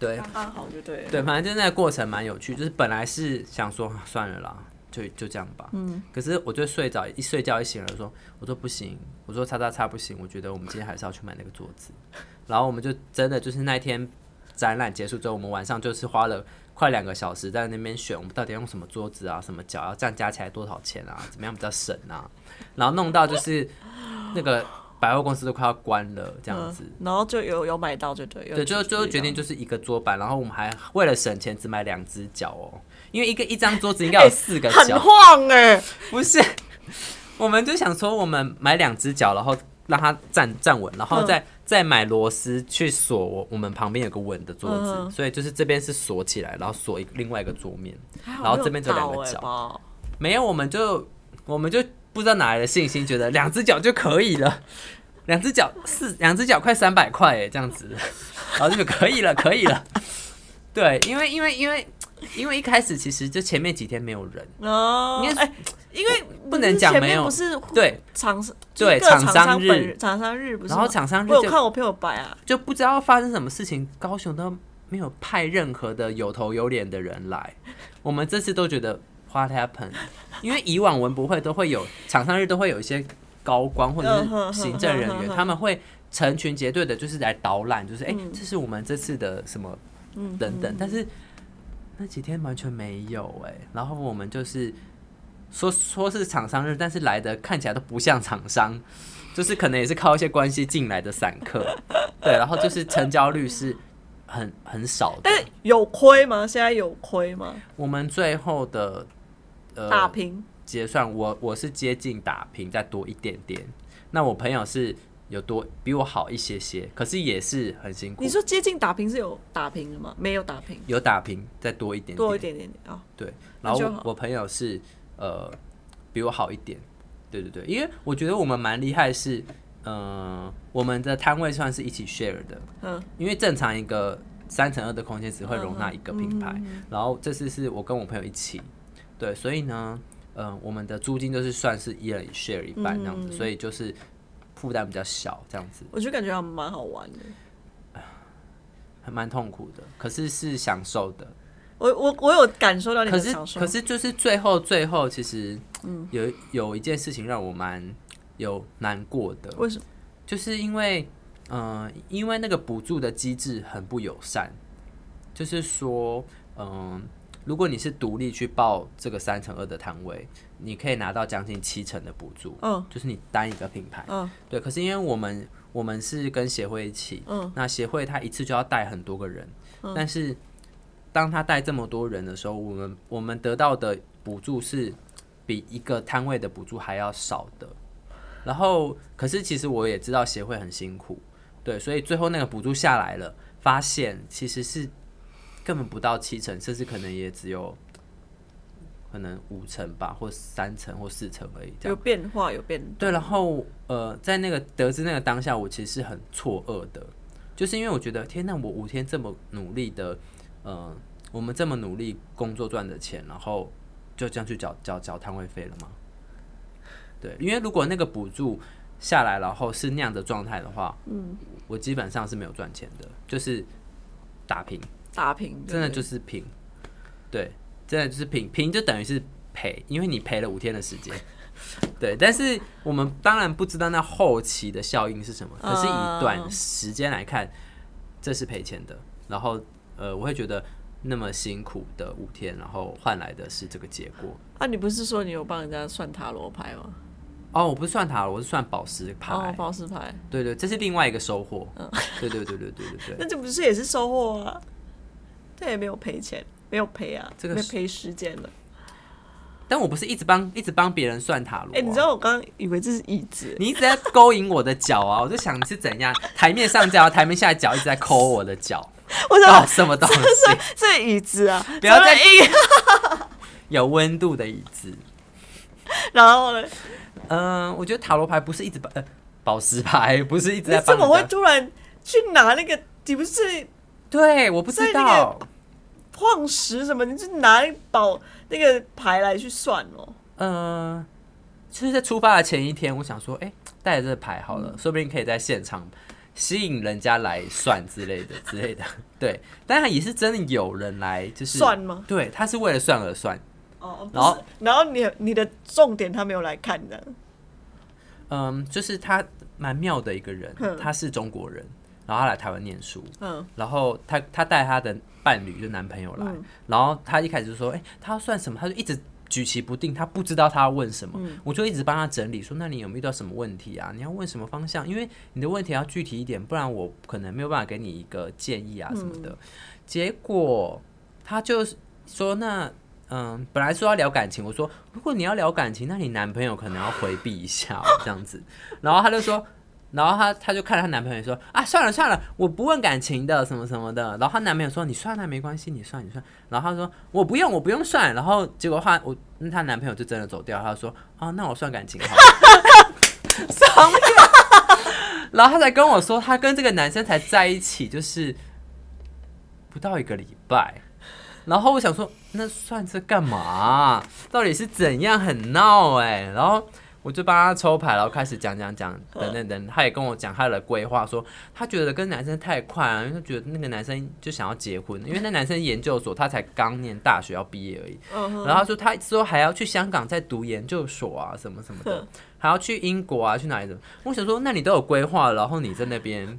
A: 对，
B: 刚刚好就对了。嗯
A: 对，反正就是那个过程蛮有趣，就是本来是想说啊算了啦，就就这样吧。嗯。可是我就睡着，一睡觉一醒来说，我说不行，我说叉叉叉不行，我觉得我们今天还是要去买那个桌子。然后我们就真的就是那天展览结束之后，我们晚上就是花了快两个小时在那边选，我们到底要用什么桌子啊，什么脚啊，这样加起来多少钱啊，怎么样比较省啊？然后弄到就是那个百货公司都快要关了这样子。
B: 然后就有有买到就对，有
A: 对，最后
B: 出
A: 最后
B: 去
A: 决定
B: 这样
A: 就是一个桌板，然后我们还为了省钱只买两只脚哦，因为一个一张桌子应该有四个
B: 哎很
A: 脚，
B: 晃哎、
A: 不是？我们就想说我们买两只脚，然后让它站站稳，然后
B: 嗯
A: 再、再买螺丝去锁我我们旁边有个稳的桌子，
B: 嗯
A: 所以就是这边是锁起来，然后锁一个另外一个桌面，
B: 还好
A: 然后
B: 没有
A: 这边只有两个
B: 倒欸
A: 角
B: 吧
A: 没有我们就我们就不知道哪来的信心，觉得两只脚就可以了。 (laughs) 两只脚四，两只脚快三百块哎，这样子， (laughs) 然后就可以了，可以了。对，因为因为因为因为一开始其实就前面几天没有人，
B: 哦，
A: 因为
B: 哎、因为
A: 不能讲
B: 前
A: 没
B: 面
A: 有
B: 不是
A: 对
B: 厂商
A: 对
B: 就是各
A: 厂
B: 厂
A: 商日
B: 本人厂商日不是吗？
A: 然后厂商日
B: 我有
A: 就
B: 看我朋友摆啊，
A: 就不知道发生什么事情，高雄都没有派任何的有头有脸的人来，我们这次都觉得 what happened？因为以往文博会都会有厂商日都会有一些高官或者
B: 嗯哼
A: 是行政人
B: 哼哼
A: 员，
B: 哼
A: 他们会成群结队的，就是来导览，就是哎、
B: 嗯
A: 这是我们这次的什么
B: 嗯，
A: 等等
B: 嗯，
A: 但是那几天完全没有哎、然后我们就是说说是厂商日，但是来的看起来都不像厂商，就是可能也是靠一些关系进来的散客，对，然后就是成交率是很很少的。
B: 但是有亏吗？现在有亏吗？
A: 我们最后的呃
B: 大平
A: 结算，我我是接近打平，再多一点点。那我朋友是有多比我好一些些，可是也是很辛苦
B: 你。说接近打平是有打平的吗？没有打平，
A: 有打平，再多一点点，
B: 多一点点点啊、
A: 对，
B: 那
A: 然后
B: 就
A: 我
B: 好
A: 我朋友是呃比我好一点，对对对，因为我觉得我们蛮厉害是，呃，我们的摊位算是一起 share 的，
B: 嗯，
A: 因为正常一个三乘二的空间只会容纳一个品
B: 嗯
A: 牌，然后这次是我跟我朋友一起，对，所以呢，呃，我们的租金就是算是一人 share 一半这样
B: 嗯
A: 子，所以就是负担比较小这样子，
B: 我就感觉还蛮好玩的。
A: 还蛮痛苦的，可是是享受的。
B: 我我我有感受到你
A: 可
B: 的嗯
A: 是
B: 享受，
A: 可是就是最后最后，其实有有一件事情让我蛮有难过的，
B: 为什么？
A: 就是因为嗯、呃因为那个补助的机制很不友善，就是说嗯、如果你是独立去报这个三乘二的摊位，你可以拿到将近七成的补助，
B: 嗯
A: 就是你单一个品牌，
B: 嗯
A: 对。可是因为我们我们是跟协会一起，
B: 嗯
A: 那协会他一次就要带很多个人，但是当他带这么多人的时候，我们我们得到的补助是比一个摊位的补助还要少的。然后，可是其实我也知道协会很辛苦，对，所以最后那个补助下来了，发现其实是根本不到七成，甚至可能也只有可能五成吧，或三成或四成而已这
B: 有
A: 样。
B: 变化，有变
A: 对，然后呃，在那个得知那个当下，我其实是很错愕的，就是因为我觉得天呐，我五天这么努力的，呃，我们这么努力工作赚的钱，然后就这样去缴缴缴摊位费了吗？对，因为如果那个补助下来，然后是那样的状态的话，嗯，我基本上是没有赚钱的，就是打平。
B: 打平，
A: 真的
B: 对
A: 就是平，对，真的就是平，平就等于是赔，因为你赔了五天的时
B: (laughs)
A: 间，对。但是我们当然不知道那后期的效应是什么，可
B: 嗯
A: 是以短时间来看，这是赔钱的。然后呃，我会觉得那么辛苦的五天，然后换来的是这个结果。
B: 啊，你不是说你有帮人家算塔罗牌吗？
A: 哦，我不是算塔罗，我是算宝石
B: 哦
A: 牌，。
B: 宝石牌，
A: 对对，这是另外一个收获。对对对对对对对。
B: (laughs) 那这不是也是收获啊？这也没有赔钱，没有赔啊，
A: 这个
B: 没
A: 是
B: 赔时间了。
A: 但我不是一直帮一直帮别人算塔罗、啊。
B: 哎、你知道我刚刚以为这是椅子，
A: 你一直在勾引我的脚啊！我就想你是怎样，台面上脚，台面下脚一直在抠我的脚，
B: 我
A: 到
B: 想
A: 底什么东西？
B: 这椅子啊，
A: 不要再
B: 这么硬。
A: 有温度的椅子。
B: 然后呢，
A: 嗯、我觉得塔罗牌不是一直把呃宝石牌不是一直
B: 你
A: 在
B: 怎
A: 帮
B: 么
A: 人
B: 会
A: 家
B: 突然去拿那个？你不是
A: 对，我不
B: 在
A: 知
B: 那个
A: 道。
B: 矿石什么？你是拿那个宝那个牌来去算哦？
A: 嗯、就是在出发的前一天，我想说，哎、带着这个牌好
B: 嗯
A: 了，说不定可以在现场吸引人家来算之类的之类的。对，当然也是真的有人来，就是
B: 算吗？
A: 对，他是为了算而算。
B: 哦，不
A: 然后
B: 是，然后你你的重点他没有来看的，
A: 嗯，就是他蛮妙的一个人，
B: 嗯
A: 他是中国人，然后他来台湾念书，
B: 嗯，
A: 然后他他带他的伴侣就男朋友来，然后他一开始就说，哎、他要算什么？他就一直举棋不定，他不知道他要问什么，我就一直帮他整理说，那你有没有遇到什么问题啊？你要问什么方向？因为你的问题要具体一点，不然我可能没有办法给你一个建议啊什么的。结果他就是说那。嗯，本来说要聊感情，我说如果你要聊感情，那你男朋友可能要回避一下、哦、这样子。然后他就说，然后她她就看着她男朋友说啊，算了算了，我不问感情的什么什么的。然后她男朋友说你算了没关系，你算你算。然后她说我不用我不用算。然后结果话我那她男朋友就真的走掉，她说啊那我算感情好了。啊上面，然后她才跟我说，她跟这个男生才在一起就是不到一个礼拜。然后我想说，那算这干嘛、到底是怎样很闹哎、然后我就帮他抽牌，然后开始讲讲讲，等等等，他也跟我讲他的规划，说他觉得跟男生太快了，因为他觉得那个男生就想要结婚，因为那男生研究所他才刚念大学要毕业而已，
B: 嗯哼，
A: 然后他说他之后还要去香港再读研究所啊，什么什么的
B: 哼，
A: 还要去英国啊，去哪里的？我想说，那你都有规划了，然后你在那边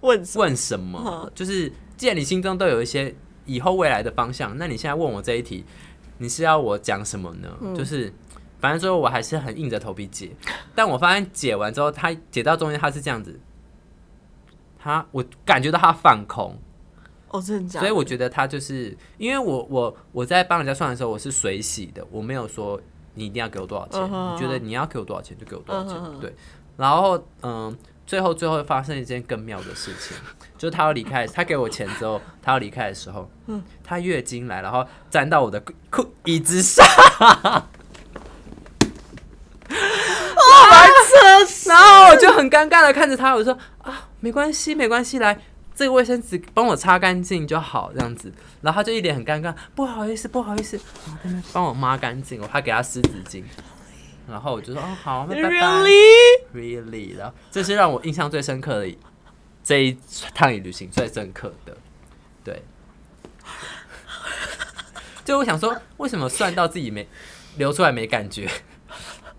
B: 问什么？嗯
A: 问什么？就是既然你心中都有一些以后未来的方向，那你现在问我这一题，你是要我讲什么呢？
B: 嗯
A: 就是反正最后我还是很硬着头皮解，但我发现解完之后，他解到中间他是这样子，他我感觉到他放空，
B: 哦，真的假
A: 所
B: 的？
A: 以我觉得他就是因为我我我在帮人家算的时候，我是随喜的，我没有说你一定要给我多少钱，
B: 嗯哼
A: 你觉得你要给我多少钱就给我多少钱，
B: 嗯哼哼
A: 对。然后嗯，最后最后发生一件更妙的事情，就是他要离开，他给我钱之后，他要离开的时候，
B: 嗯
A: 他月经来，然后沾到我的裤裤椅子上，
B: 车死
A: 然后哦我就很尴尬的看着他，我说啊，没关系，没关系，来。这个卫生纸帮我擦干净就好，这样子。然后他就一脸很尴尬，不好意思，不好意思，然后在那边帮我抹干净，我还给他湿纸巾。然后我就说，哦，好，那拜拜。
B: ，really？
A: really 然后这是让我印象最深刻的一这一趟旅行最深刻的，对。 (laughs) 就我想说，为什么算到自己没流出来没感觉，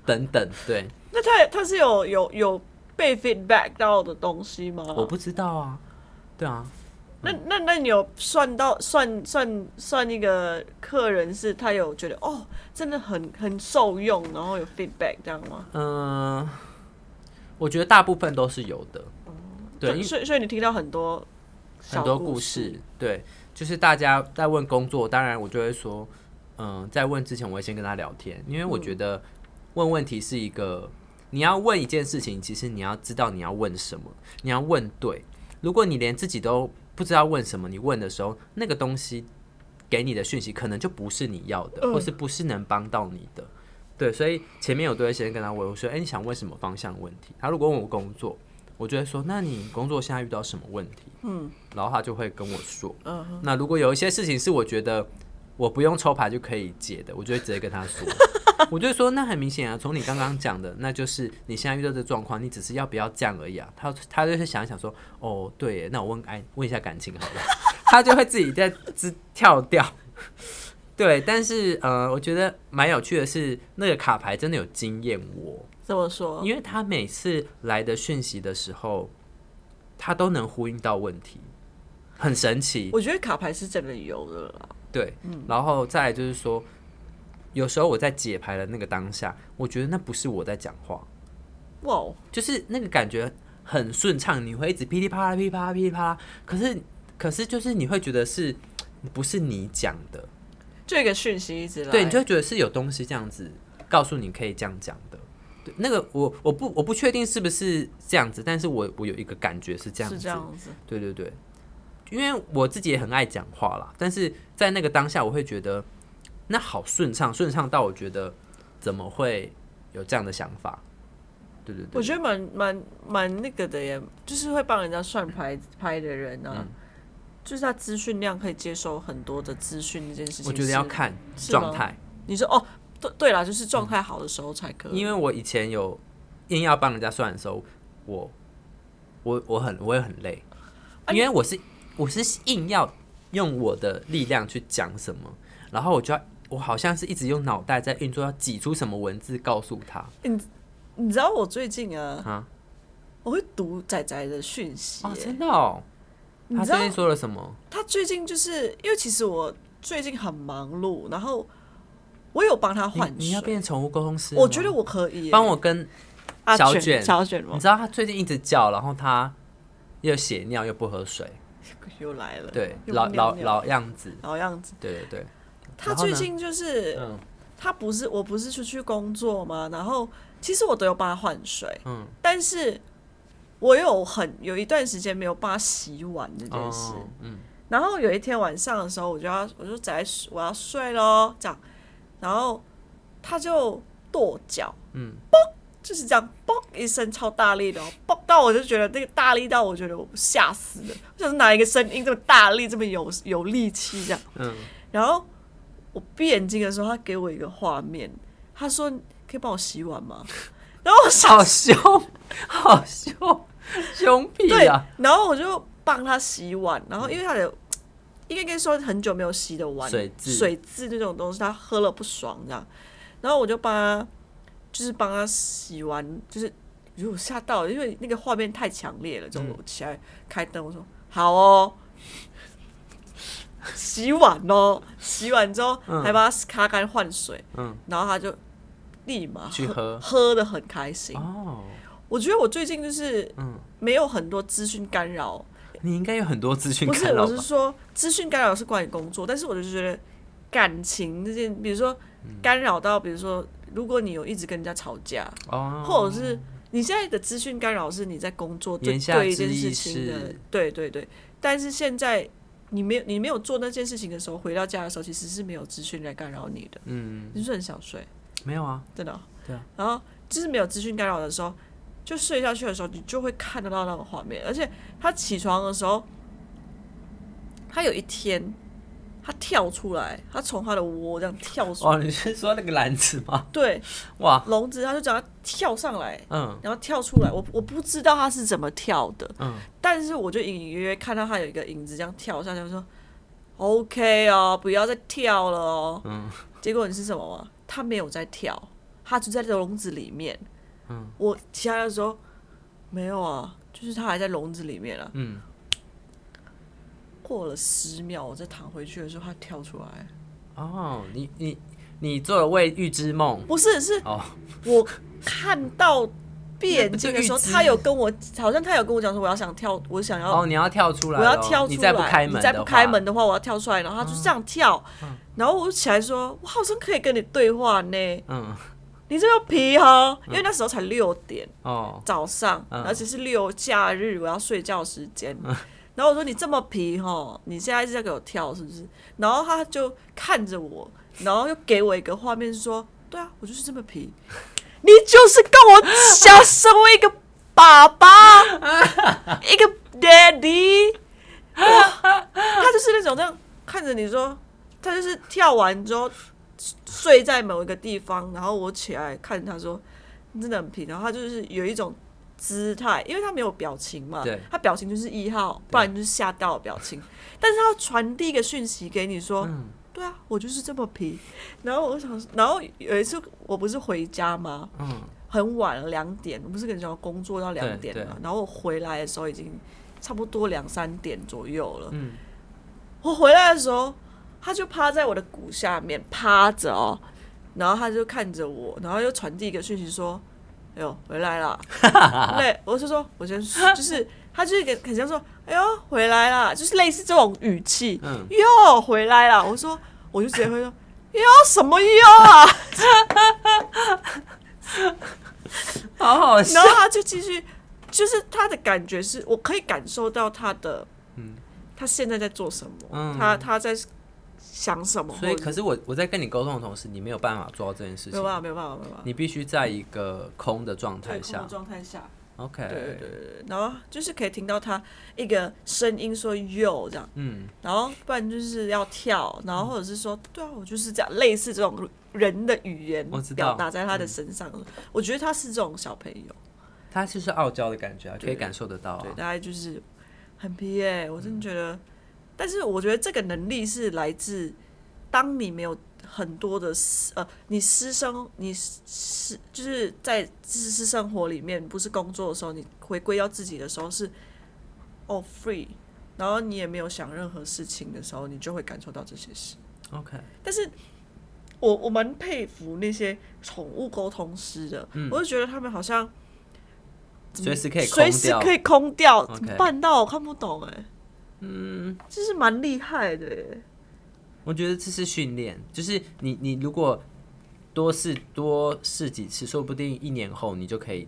A: 等等，对，
B: 那他他是有有有被 feedback 到的东西吗？
A: 我不知道啊，对啊，
B: 那那那你有算到算算算一个客人是他有觉得哦，真的很很受用，然后有 feedback 这样吗？
A: 嗯、我觉得大部分都是有的，对，因为
B: 所以所以你听到很多
A: 很
B: 小
A: 多
B: 故
A: 故事，对，就是大家在问工作，当然我就会说，嗯，在问之前我会先跟他聊天，因为我
B: 嗯
A: 觉得问问题是一个，你要问一件事情，其实你要知道你要问什么，你要问对。如果你连自己都不知道问什么，你问的时候，那个东西给你的讯息可能就不是你要的，或是
B: 嗯
A: 不是能帮到你的。对，所以前面有段时间跟他问，我说：“哎、你想问什么方向问题？”他如果问我工作，我就会说：“那你工作现在遇到什么问题？”嗯，然后他就会跟我说。嗯，那如果有一些事情是我觉得我不用抽牌就可以解的，我就会直接跟他说。我就会说：“那很明显啊，从你刚刚讲的，那就是你现在遇到这状况，你只是要不要这样而已啊。他”他就是想一想说：“哦，对耶，那我问哎问一下感情好了。” (laughs) 他就会自己在自跳掉。 (laughs) 对，但是呃，我觉得蛮有趣的是，那个卡牌真的有惊艳我，
B: 这么说，
A: 因为他每次来的讯息的时候，他都能呼应到问题，很神奇。
B: 我觉得卡牌是真的有的啦。
A: 对，
B: 嗯
A: 然后再来就是说，有时候我在解牌的那个当下，我觉得那不是我在讲话，
B: 哇哦，
A: 就是那个感觉很顺畅，你会一直噼里啪啦、噼里啪啦、噼里啪啦。可是，可是就是你会觉得是不是你讲的？
B: 就一个讯息一直来，
A: 对，你就会觉得是有东西这样子告诉你可以这样讲的。对，那个我我不我不确定是不是这样子，但是我我有一个感觉是这样子。
B: 是这样子。
A: 对对对，因为我自己也很爱讲话啦，但是在那个当下，我会觉得那好顺畅，顺畅到我觉得怎么会有这样的想法？对对对，
B: 我觉得蛮蛮蛮那个的耶，就是会帮人家算牌牌的人啊，
A: 嗯
B: 就是他资讯量可以接收很多的资讯这件事情。
A: 我觉得要，看
B: 是吗
A: 状态。
B: 你说哦，对对啦，就是状态好的时候才可以。
A: 嗯因为我以前有硬要帮人家算的时候，我我我很我也很累，因为我是我是硬要用我的力量去讲什么，然后我就要我好像是一直用脑袋在运作，要挤出什么文字告诉他。
B: 你知道我最近啊，
A: 啊
B: 我会读仔仔的讯息耶、
A: 哦，真的哦。
B: 你
A: 他
B: 知道
A: 最近说了什么？
B: 他最近就是因为其实我最近很忙碌，然后我有帮他
A: 你
B: 换
A: 你要
B: 水，
A: 变宠物沟通师了吗？
B: 我觉得我可以耶
A: 帮我跟
B: 啊
A: 小
B: 卷
A: 卷
B: 小卷吗
A: 你？知道他最近一直叫，然后他又血尿又不喝水，
B: 又来了，
A: 对，
B: 又
A: 老
B: 尿
A: 老
B: 尿
A: 老样子，
B: 老样子。
A: 对对对，
B: 他
A: 然后
B: 最
A: 呢
B: 近就是
A: 嗯
B: 他不是我不是出去工作嘛，然后其实我都有帮他换水，
A: 嗯，
B: 但是我有很有一段时间没有帮他洗碗这件事。
A: 哦嗯。
B: 然后有一天晚上的时候，我就要我就在我要睡咯，这样，然后他就跺脚，
A: 嗯，
B: 就是这样，嘣一声超大力的、哦，嘣到我就觉得那个大力到我觉得我吓死了，我想哪一个声音这么大力，这么有有力气这样。
A: 嗯，
B: 然后我闭眼睛的时候，他给我一个画面，他说：“可以帮我洗碗吗？”然后我想
A: 好凶，好凶，凶屁
B: 对
A: 啊！，
B: 然后我就帮他洗碗，然后因为他的应该跟说很久没有洗的碗，
A: 水渍
B: 水渍这种东西，他喝了不爽这样，然后我就帮他就是帮他洗完，就是如果吓到了，因为那个画面太强烈了，就我起来开灯，我说好哦。 (laughs) 洗碗哦，洗完之后还把它擦干换水，
A: 嗯
B: 然后他就立马
A: 去
B: 喝
A: 喝
B: 喝的很开心。
A: 哦，
B: 我觉得我最近就是
A: 嗯，
B: 没有很多资讯干扰，
A: (laughs) 你应该有很多资讯
B: 不是
A: 干，扰
B: 我
A: 吧
B: 是？说资讯干扰是关于工作，但是我就觉得感情这件，比如说
A: 嗯
B: 干扰到，比如说如果你有一直跟人家吵架，
A: 哦，
B: 或者是你现在的资讯干扰是你在工作对
A: 言下
B: 对一
A: 之
B: 件事
A: 意
B: 情的
A: 是，
B: 对对对，但是现在。你没有，你没有做那件事情的时候，回到家的时候，其实是没有资讯来干扰你的。
A: 嗯，
B: 你是不是很想睡？
A: 没有啊，
B: 真的哦、
A: 对啊。
B: 然后就是没有资讯干扰的时候，就睡下去的时候，你就会看得到那个画面。而且他起床的时候，他有一天他跳出来，他从他的窝这样跳出，
A: 哦，你是说那个篮子吗？
B: 对，
A: 哇，
B: 笼子他就叫他跳上来，
A: 嗯
B: 然后跳出来。我我不知道他是怎么跳的，
A: 嗯，
B: 但是我就隐隐约约看到他有一个影子这样跳上去，我说 OK 哦，不要再跳了哦。
A: 嗯，
B: 结果你是什么吗？他没有在跳，他就在笼子里面。
A: 嗯，
B: 我其他的时候没有啊，就是他还在笼子里面啊。
A: 嗯，
B: 过了十秒，我再躺回去的时候，他跳出来。
A: 哦，你你你做了未遇之梦
B: 不是，是
A: 哦，
B: 我看到闭眼睛的时候，
A: 那不是预知
B: 他有跟我，好像他有跟我讲说，我要想跳，我想要
A: 哦，你要跳出来
B: 我
A: 咯，
B: 要跳出来，
A: 你再不开门，嗯
B: 你再不开门，的话，我要跳出来。然后他就这样跳，然后我就起来说，我好像可以跟你对话呢，
A: 嗯，
B: 你这个皮哈，因为那时候才六点
A: 哦，
B: 早上，
A: 嗯
B: 而且是六假日，我要睡觉时间。然后我说你这么皮哈，你现在是在给我跳是不是？然后他就看着我，然后又给我一个画面说，对啊，我就是这么皮， (laughs) 你就是跟我想身为一个爸
A: (laughs)
B: 爸，一个 daddy，哇，他就是那种这样看着你说，他就是跳完之后睡在某一个地方，然后我起来看他说，你真的很皮，然后他就是有一种姿态，因为他没有表情嘛
A: 对，
B: 他表情就是一号，不然就是吓到的表情，但是他要传递一个讯息给你说。对啊，我就是这么皮。然后我想，然后有一次我不是回家吗？
A: 嗯，
B: 很晚了，两点，我不是跟你讲工作到两点
A: 对
B: 嘛
A: 对，
B: 然后我回来的时候已经差不多两三点左右了。
A: 嗯，
B: 我回来的时候，他就趴在我的骨下面趴着哦，然后他就看着我，然后又传递一个讯息说：“哎呦，回来
A: (laughs)
B: 啦！”对，我就说：“我先睡就是他就是给很像说：‘哎呦，回来啦’，就是类似这种语气。 (laughs)
A: 嗯
B: 哟，回来啦！我说，我就直接会说。哟什么哟啊！
A: 好好笑
B: 然后他就继续，就是他的感觉是我可以感受到他的，
A: 嗯
B: 他现在在做什么，
A: 嗯
B: 他他在想什么，
A: (laughs) 所以，
B: 或者
A: 可是我我在跟你沟通的同时，你没有办法做到这件事
B: 没有办
A: 情，
B: 法，没有办法，没有办法，
A: 你必须在一个空的状
B: 对
A: 态
B: 空的
A: 下。哎
B: 状态下，
A: OK，
B: 对对对对对，然后就是可以听到他一个声音说哟这样，
A: 嗯，
B: 然后不然就是要跳，然后或者是说对啊，我就是这样，类似这种人的语言
A: 我知道嗯
B: 表达在他的身上，我觉得他是这种小朋友。
A: 他就是傲娇的感觉啊，可以
B: 对
A: 感受得到
B: 对，
A: 啊。
B: 大概就是很皮耶、我真的觉得，但是我觉得这个能力是来自，当你没有很多的私呃，你私生你私就是在私私生活里面，不是工作的时候，你回归到自己的时候是哦 free，然后你也没有想任何事情的时候，你就会感受到这些事。
A: OK，
B: 但是我我蛮佩服那些宠物沟通师的，我就觉得他们好像。
A: 随时可以空
B: 随时
A: 掉。
B: 可以空掉，
A: OK
B: 怎么办到？我看不懂哎、
A: 嗯，
B: 就是蛮厉害的、欸。
A: 我觉得这是训练，就是你你如果多试多试几次，说不定一年后你就可以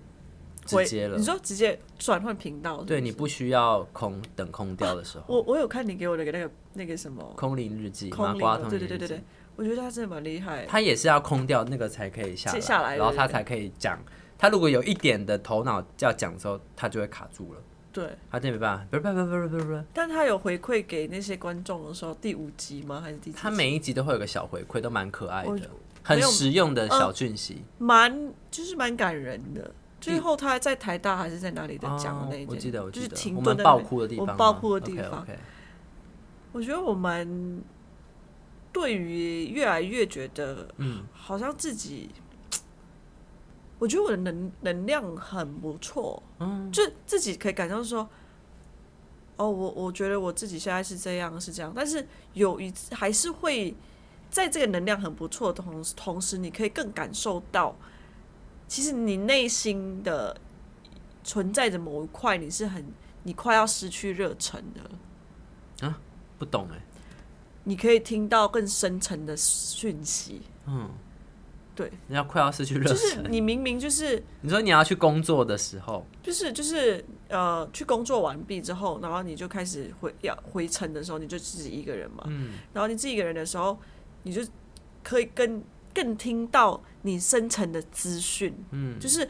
A: 直
B: 回
A: 接了
B: 你。说直接转换频道是不是
A: 对你不需要空等空掉的时候，
B: 我我有看你给我的那个那个什么
A: 空灵日记、麻
B: 空灵
A: 瓜
B: 的，
A: 通
B: 对
A: 灵
B: 对对
A: 日
B: 对
A: 记
B: 对，，我觉得他真的蛮厉害。
A: 他也是要空掉那个才可以下来，
B: 接下来
A: 然后他
B: 对对对
A: 才可以讲。他如果有一点的头脑要讲的时候，他就会卡住了，
B: 对，
A: 他真没办法。不是不是不是不是不是，
B: 但他有回馈给那些观众的时候，第五集吗？还是第几集？
A: 他每一集都会有个小回馈，都蛮可爱
B: 我
A: 的，很
B: 没有嗯
A: 实用的小讯息。
B: 蛮就是蛮感人的。最后他在台大还是在哪里的讲
A: 哦
B: 的那一
A: 我记
B: 件，
A: 得我记
B: 就是
A: 得，
B: 停
A: 我
B: 顿
A: 们
B: 的
A: 爆
B: 那
A: 哭的地
B: 我
A: 方吗，
B: 爆哭的地
A: o
B: 方
A: k
B: 我觉得我们对于越来越觉得，
A: 嗯，
B: 好像自己，我觉得我的能能量很不错，嗯，就自己可以感受说，哦，我我觉得我自己现在是这样是这样，但是有一次还是会在这个能量很不错的同时同时，你可以更感受到，其实你内心的存在着某一块，你是很你快要失去热忱的，
A: 不懂哎、
B: 你可以听到更深层的讯息。
A: 嗯，
B: 对，
A: 你要快要失去热
B: 就是
A: 忱。
B: 你明明就是
A: 你说你要去工作的时候，
B: 就是就是呃，去工作完毕之后，然后你就开始回要回程的时候，你就自己一个人嘛。
A: 嗯，
B: 然后你自己一个人的时候，你就可以更更听到你深层的资讯。
A: 嗯，
B: 就是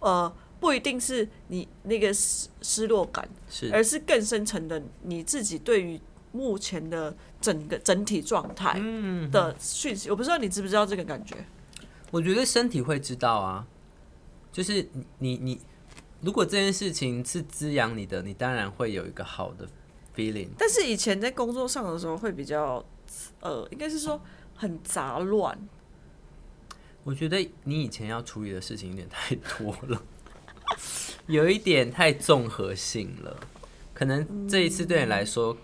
B: 呃，不一定是你那个失失落感，
A: 是，
B: 而是更深层的你自己对于目前的整个整体状态
A: 嗯，
B: 的讯息。我不知道你知不知道这个感觉。
A: 我觉得身体会知道啊，就是你你你，如果这件事情是滋养你的，你当然会有一个好的 feeling。
B: 但是以前在工作上的时候会比较，呃，应该是说很杂乱。
A: 我觉得你以前要处理的事情有点太多了， (laughs) 有一点太综合性了。可能这一次对你来说，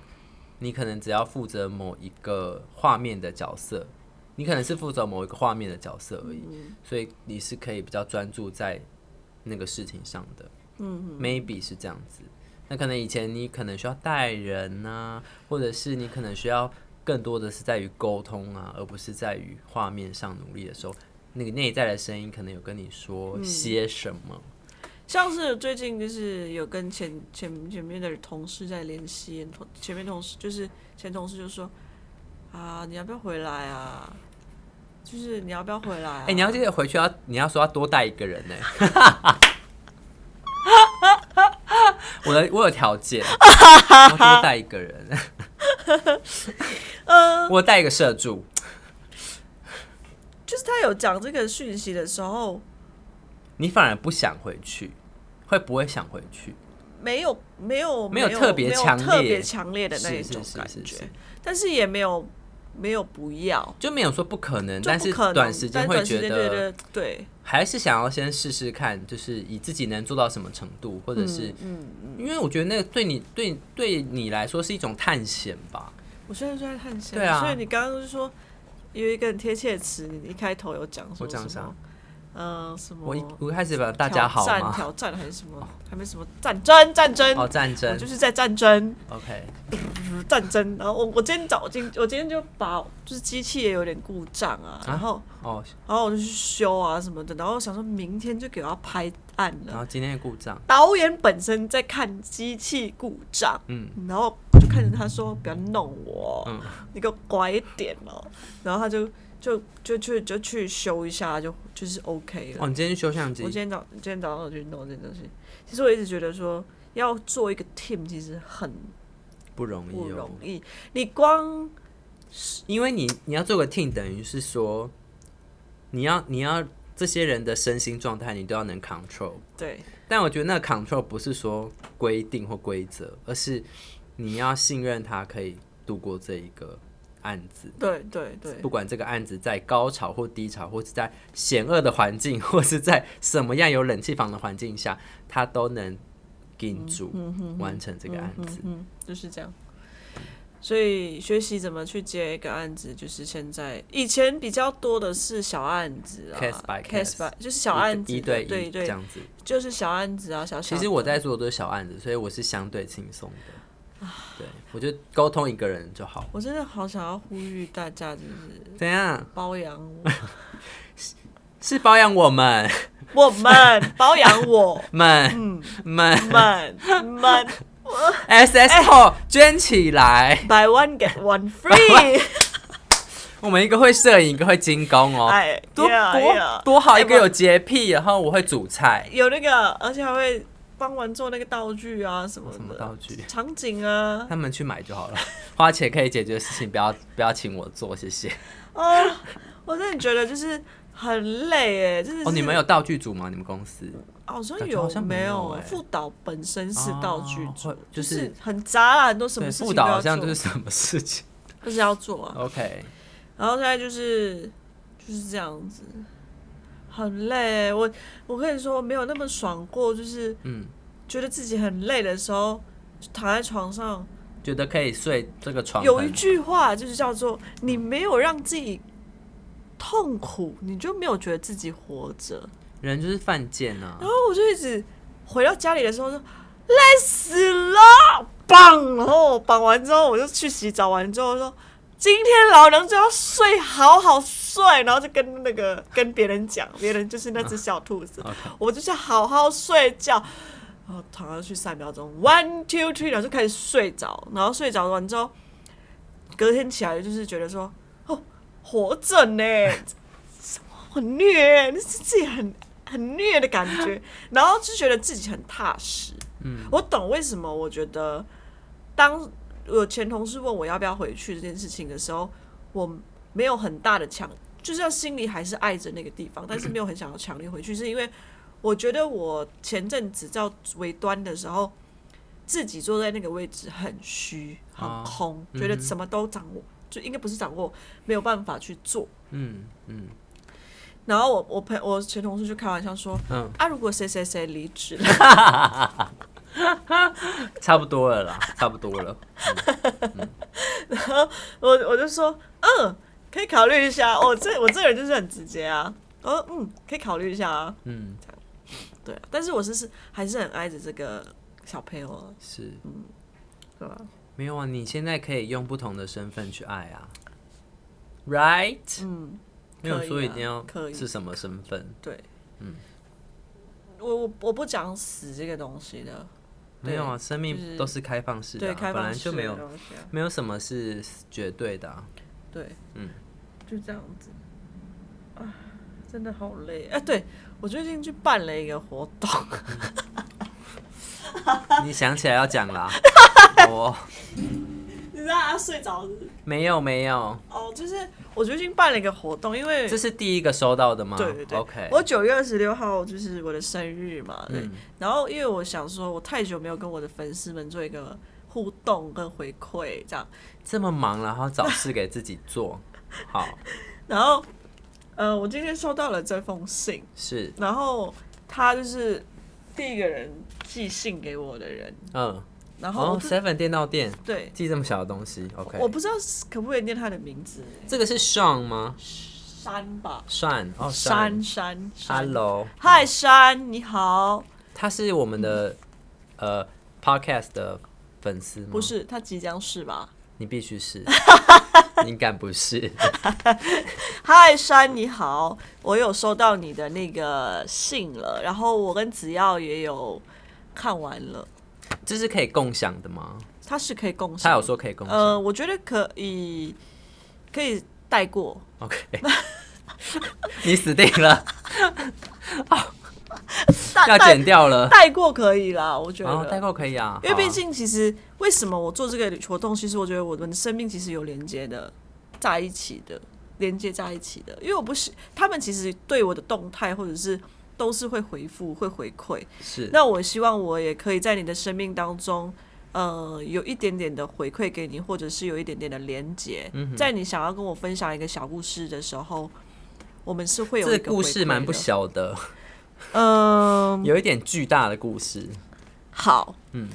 A: 你可能只要负责某一个画面的角色，你可能是负责某一个画面的角色而已，所以你是可以比较专注在那个事情上的。嗯，maybe 是这样子。那可能以前你可能需要带人呐、或者是你可能需要更多的是在于沟通啊，而不是在于画
B: 嗯
A: 面上努力的时候，那个内在的声音可能有跟你说些什么。
B: 像是最近就是有跟前前前面的同事在联系，同前面同事就是前同事就说啊，你要不要回来啊？就是你要不要回来、啊？
A: 哎、你要记得回去要，你要说要多带一个人呢、 (laughs) 我的我有条件，要多带一个
B: (laughs)
A: 人。
B: 嗯
A: 我带一个社助，
B: 就是他有讲这个讯息的时候，
A: 你反而不想回去，会不会想回去？
B: 没有没有
A: 没有
B: 有
A: 特别强烈
B: 没有特别强烈的那一
A: 是
B: 种
A: 是是
B: 感觉，
A: 是是，
B: 但是也没有没有不要，
A: 就没有说不可能，
B: 就
A: 但
B: 不
A: 是
B: 可能。
A: 短时间
B: 但
A: 会
B: 短时
A: 觉
B: 间
A: 得
B: 对对
A: 还是想要先试试看，就是以自己能做到什么程度，或者是，嗯，因为我觉得那个对你对对你来说是一种探险吧。
B: 我现在就在探险，
A: 对啊
B: 所以你刚刚就说有一个很贴切的词，你一开头有讲说
A: 我讲
B: 什
A: 啥
B: 么？呃，什么？
A: 我一我一开始把大家好
B: 挑战
A: 吗？
B: 挑战还是什么？还没什么战争，战争，
A: 哦，战
B: 我
A: 争
B: 就是在战争，
A: ，OK，
B: 战争。然后我我今天早我今我今天就把就是机器也有点故障啊，然后
A: 哦，
B: 然后我就去修啊什么的，然后想说明天就给他拍案
A: 然
B: 了。
A: 后今天的故障，
B: 导演本身在看机器故障，
A: 嗯，
B: 然后我就看着他说：“不要弄我，
A: 嗯
B: 你给我乖一点哦。”然后他就就就去就去修一下，就就是 OK 了。
A: 哦，你今天去修相机
B: 我今，天早今天早上有去弄这件东西。其实我一直觉得说，要做一个 team 其实很
A: 不容
B: 不
A: 易
B: 容
A: 哦，
B: 易。你光
A: 因为你你要做个 team，等于是说，你要你要这些人的身心状态，你都要能 control。
B: 对
A: 但我觉得那个 control 不是说规定或规则，而是你要信任他可以度过这一个案子，
B: 对对对
A: 不管这个案子在高潮或低潮，或是在险恶的环境， (laughs) 或是在什么样有冷气房的环境下，他都能顶住、完成这个案子。
B: 嗯，就是这样。所以学习怎么去接一个案子，就是现在以前比较多的是小案子啊
A: Case by case
B: by 就是小案子
A: 一
B: 的，
A: 对一
B: 对
A: 这样子。
B: 就是小案子啊，小小
A: 其
B: 的。
A: 实我在做的都是小案子，所以我是相对轻松的。
B: 啊
A: 对，我就沟通一个人就好。
B: 我真的好想要呼吁大家，就是
A: 怎样？
B: 包养我，
A: 是包养我们 (laughs)
B: 我们包养我
A: 们们
B: 嗯们们哎
A: SS 后捐起来，
B: buy one get one
A: (laughs)
B: free，
A: 我们一个会摄影，一个会精工哦，
B: 哎，
A: 多
B: yeah,
A: 多
B: yeah
A: 多好，一个
B: 哎我
A: 有洁癖，然后我会煮菜，
B: 有那个，而且还会帮忙做那个道具啊什么
A: 什么
B: 的，
A: 道具，
B: 场景啊，
A: 他们去买就好了，花钱可以解决的事情，不要不要请我做，谢谢。
B: 哦，我真的觉得就是很累哎，真的是。
A: 哦，你们有道具组吗？你们公司？
B: 好像
A: 感觉
B: 有
A: 好像没
B: 没
A: 有
B: 有
A: 欸
B: 副导本身是道具
A: 哦
B: 组，
A: 会就
B: 就
A: 是
B: 是很杂啦，很多什
A: 对，
B: 么事
A: 副
B: 情
A: 导
B: 都
A: 好
B: 要
A: 像
B: 做，
A: 就是哦什么事情 (laughs)
B: 就是要做啊。
A: ？OK，
B: 然后现在就是就是这样子，很累欸。我我跟你说，我没有那么爽过，就是
A: 嗯，
B: 觉得自己很累的时候，就躺在床上，
A: 觉得可以睡这个床很，
B: 有一句话就是叫做“你没有让自己痛苦，你就没有觉得自己活着”。
A: 人就是犯贱啊，
B: 然后我就一直回到家里的时候就累死了，绑，然后我绑完之后我就去洗澡，完之后说今天老娘就要睡好好睡，然后就跟那个跟别人讲，别人就是那只小兔子
A: OK，
B: 我就是好好睡觉。然后躺下去三秒钟，one two three，然后就开始睡着，然后睡着完之后，隔天起来就是觉得说，哦，活着呢，很虐，那是自己很很虐的感觉， (laughs) 然后就觉得自己很踏实。
A: 嗯，
B: 我懂为什么，我觉得当我前同事问我要不要回去这件事情的时候，我没有很大的强，就是要心里还是爱着那个地方，
A: (clears throat)
B: 但是没有很想要强烈回去，是因为我觉得我前阵子到尾端的时候，自己坐在那个位置很虚、很
A: 哦
B: 空，
A: 嗯
B: 觉得
A: 哼
B: 什么都掌握，就应该不是掌握，没有办法去做。
A: 嗯嗯
B: 然后我我朋我前同事就开玩笑说
A: 嗯，
B: 啊，如果谁谁谁离职了， (laughs)
A: 差不多了啦，差不多了，
B: 我我就说嗯，可以考虑一下。我这我这个人就是很直接啊。我说嗯，可以考虑一下啊。
A: 嗯，
B: 对啊，但是我是是还是很爱着这个小朋友啊，
A: 是。
B: 对吧？
A: 没有啊，你现在可以用不同的身份去爱啊，right？
B: 嗯，
A: 没有
B: 可以
A: 说一
B: 啊
A: 定要
B: 可以
A: 是什么身份，
B: 对，嗯。我我我不讲死这个东西的，
A: 没有啊，生
B: 就
A: 命
B: 是
A: 都是开放式的、
B: 对，
A: 啊，
B: 开
A: 本
B: 放
A: 来
B: 式
A: 就没
B: 的
A: 有
B: 东西啊，
A: 没有什么是绝对
B: (laughs)
A: 的啊、
B: 对，
A: 嗯，
B: 就这样子，啊，真的好累啊！对我最近去办了一个活动， (laughs)
A: 嗯你想起来要讲
B: (laughs)
A: 啦，我、
B: 你知道他睡着了是不是
A: 没有没有，
B: 哦，就是我最近办了一个活动，因为
A: 这是第一个收到的吗？
B: 对对对
A: OK，
B: 我九月二十六号就是我的生日嘛，对。
A: 嗯
B: 然后因为我想说，我太久没有跟我的粉丝们做一个互动跟回馈这样，
A: 这么忙，然后找事给自己
B: (laughs)
A: 做，好
B: 然后呃，我今天收到了这封信，
A: 是
B: 然后他就是第一个人寄信给我的人，
A: 嗯，
B: 然后
A: 哦
B: 我不、
A: ，Seven 电到店
B: 对，
A: 寄这么小的东西，OK，
B: 我不知道是可不可以念他的名字，
A: 这个是 Sean 吗
B: 山吧，
A: ？Sean 哦
B: 山
A: ，Sean
B: 山山
A: ，Hello，
B: 嗨山，你好，
A: 他是我们的呃 Podcast 的粉丝吗？
B: 不，是他即将是吧？
A: 你必须是， (laughs) 你敢不是？
B: 嗨，山你好，我有收到你的那个信了，然后我跟子耀也有看完了，
A: 这是可以共享的吗？
B: 它是可以共享。
A: 他有说可以共享、
B: 呃，我觉得可以，可以带过。
A: o k (laughs) 你死定
B: (laughs)
A: 了，要
B: 带
A: 剪掉了。
B: 带过可以啦，我觉
A: 然后代
B: 得。
A: 购可以啊，
B: 因为
A: 好啊
B: 毕竟，其实为什么我做这个活动，其实我觉得我们的生命其实有连接的，在一起的，连接在一起的。因为我不是他们，其实对我的动态或者是都是会回复、会回馈，
A: 是
B: 那我希望我也可以在你的生命当中，呃，有一点点的回馈给你，或者是有一点点的连接。
A: 嗯
B: 在你想要跟我分享一个小故事的时候，我们是会有
A: 这
B: 一
A: 个
B: 个
A: 故事蛮不
B: 小。
A: 小的，
B: 嗯、
A: 有一点巨大的故事。
B: 好，
A: 嗯，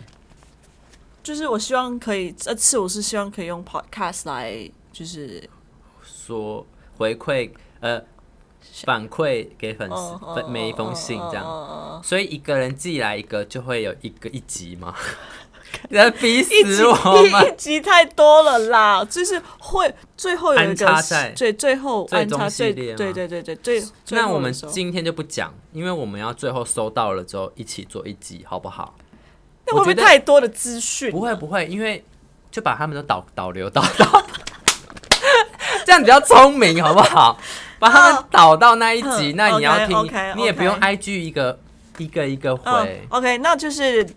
B: 就是我希望可以这次我是希望可以用 podcast 来，就是
A: 说回馈呃反馈给粉丝
B: 哦哦
A: 分每一封信这
B: 嗯
A: 样，
B: 嗯嗯嗯
A: 所以一个人寄来一个就会有一个一集
B: (laughs)
A: 嘛，你在逼
B: 一集
A: 死
B: (laughs)
A: 我
B: 一
A: 们。
B: 一集太多了啦，就是会最后有一
A: 安
B: 个
A: 插在
B: 最最后
A: 最
B: 安
A: 终
B: 插最
A: 系列吗
B: 对对对对最
A: (laughs)
B: 最
A: 那
B: 后
A: 我
B: 的
A: 们
B: 时候
A: 今天就不讲，因为我们要最后收到了之后一起做一集，好不好？
B: 那会不
A: 我
B: 会
A: 觉得
B: 太多的资讯？
A: 不会不会，因为就把他们都导导流导 (laughs) 到，这样比较聪明，好不
B: (laughs)
A: 好？把他们导到那一集，
B: 哦嗯
A: 那你要听
B: OK，OK，OK
A: 你也不用 IG 一个一个一个回
B: 嗯。OK，那就是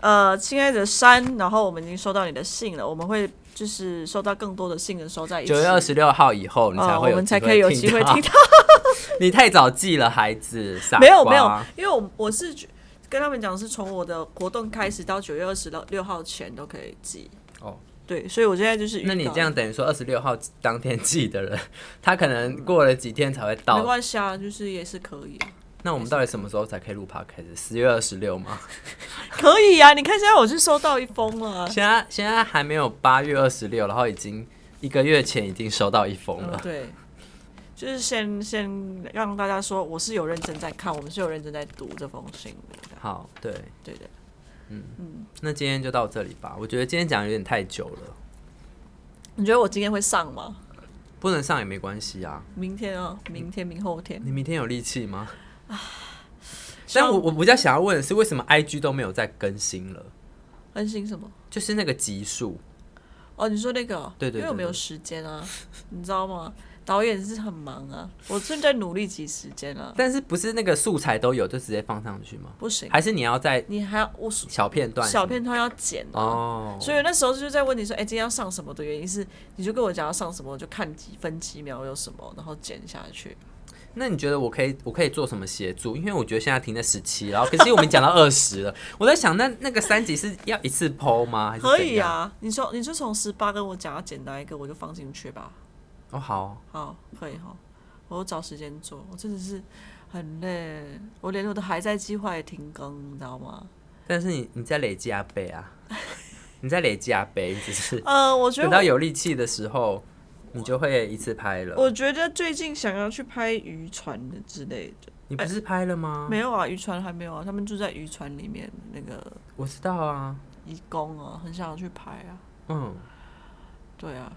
B: 呃，亲爱的山，然后我们已经收到你的信了，我们会就是收到更多的信的时候再一起。
A: 九、月二十六号以后，你才
B: 呃，我
A: 会有、
B: 们才可以有机会听。到。
A: (laughs) 你太早记了，孩子，傻
B: (laughs) 没有
A: 瓜
B: 没有，因为我我是觉跟他们讲，是从我的活动开始到九月二十六六号前都可以寄。
A: 哦。
B: 对，所以我现在就是预
A: 那你
B: 告
A: 这样等于说二十六号当天记的人，他可能过了几天才会
B: 没
A: 到。
B: 关系啊，就是也是可以，
A: 那我们到底什么时候才可以录 podcast？十月二十六吗？
B: 可以啊。你看现在我是收到一封了啊。
A: 现在现在还没有八月二十六，然后已经一个月前已经收到一封
B: 嗯
A: 了。
B: 对，就是先先让大家说我是有认真在看，我们是有认真在读这封信的，这样
A: 好，对，
B: 对的。
A: 那今天就到这里吧。我觉得今天讲有点太久了，
B: 你觉得我今天会上吗？
A: 不能上也没关系啊。
B: 明天啊，明天、明后天。
A: 你明天有力气吗？
B: 希
A: 但
B: 望
A: 我我比较想要问的是，为什么 IG 都没有再更新了？
B: 安心什么？
A: 就是那个集数，
B: 哦，你说那个哦？
A: 对对对
B: 因为我没有时间啊，你知道吗？导演是很忙啊，我正在努力挤时间啊。
A: 但是不是那个素材都有就直接放上去吗？
B: 不行，
A: 还是你要在
B: 你还要我
A: 小片段什么？
B: 小片段要剪啊。
A: 哦，
B: 所以我那时候就在问你说，哎、今天要上什么的原因是，你就跟我讲要上什么，我就看几分几秒有什么，然后剪下去。
A: 那你觉得我可以我可以做什么协助？因为我觉得现在停在十七，然后可是我们讲到二十了，我在想那那个三级是要一次剖吗？还是
B: 可
A: 怎
B: 以
A: 样？
B: 啊，你说你就从十八跟我讲要剪哪一个，我就放进去吧。
A: 哦，好，
B: 好，可以哈，我找时间做，我真的是很累，我连我的还在计划也停更，你知道吗？
A: 但是你你在累积阿贝啊，你在累积阿贝，只是
B: 呃，我觉
A: 等到
B: 得
A: 有力气的时候，你就会一次拍
B: 我我
A: 了。
B: 觉得最近想要去拍渔船的之类的，
A: 你不是拍了吗？
B: 没有啊，渔船还没有啊，他们住在渔船里面那个
A: 我知道啊，
B: 义工啊，很想要去拍啊，
A: 嗯，
B: 对啊。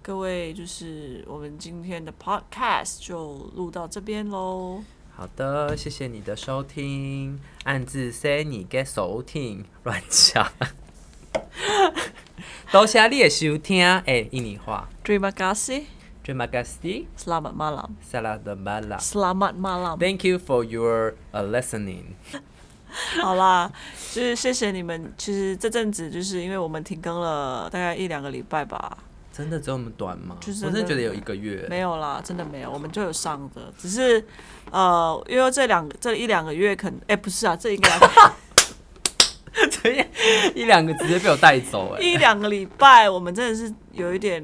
B: 各位，就是我们今天的 podcast 就录到这边喽。
A: 好的，谢谢你的收听，暗自 say 你给收听，乱讲。多谢你的收听，哎、印尼话
B: Terima kasih,
A: ，terima kasih,
B: selamat malam,
A: selamat malam.
B: selamat malam。
A: Thank you for your uh, listening.
B: (laughs) 好啦，就是谢谢你们。其实这阵子就是因为我们停更了大概一两个礼拜吧，
A: 真的这么短吗？
B: 就是
A: 我真的觉得
B: 那
A: 有
B: 个
A: 一个月。
B: 没有啦，真的没有，我们就有上的，只是呃，因为这两这一两个月可能，哎、不是啊，这
A: (laughs)
B: 一个
A: (laughs) 对呀，一两个直接被我带走哎、
B: 一两个礼拜，我们真的是有一点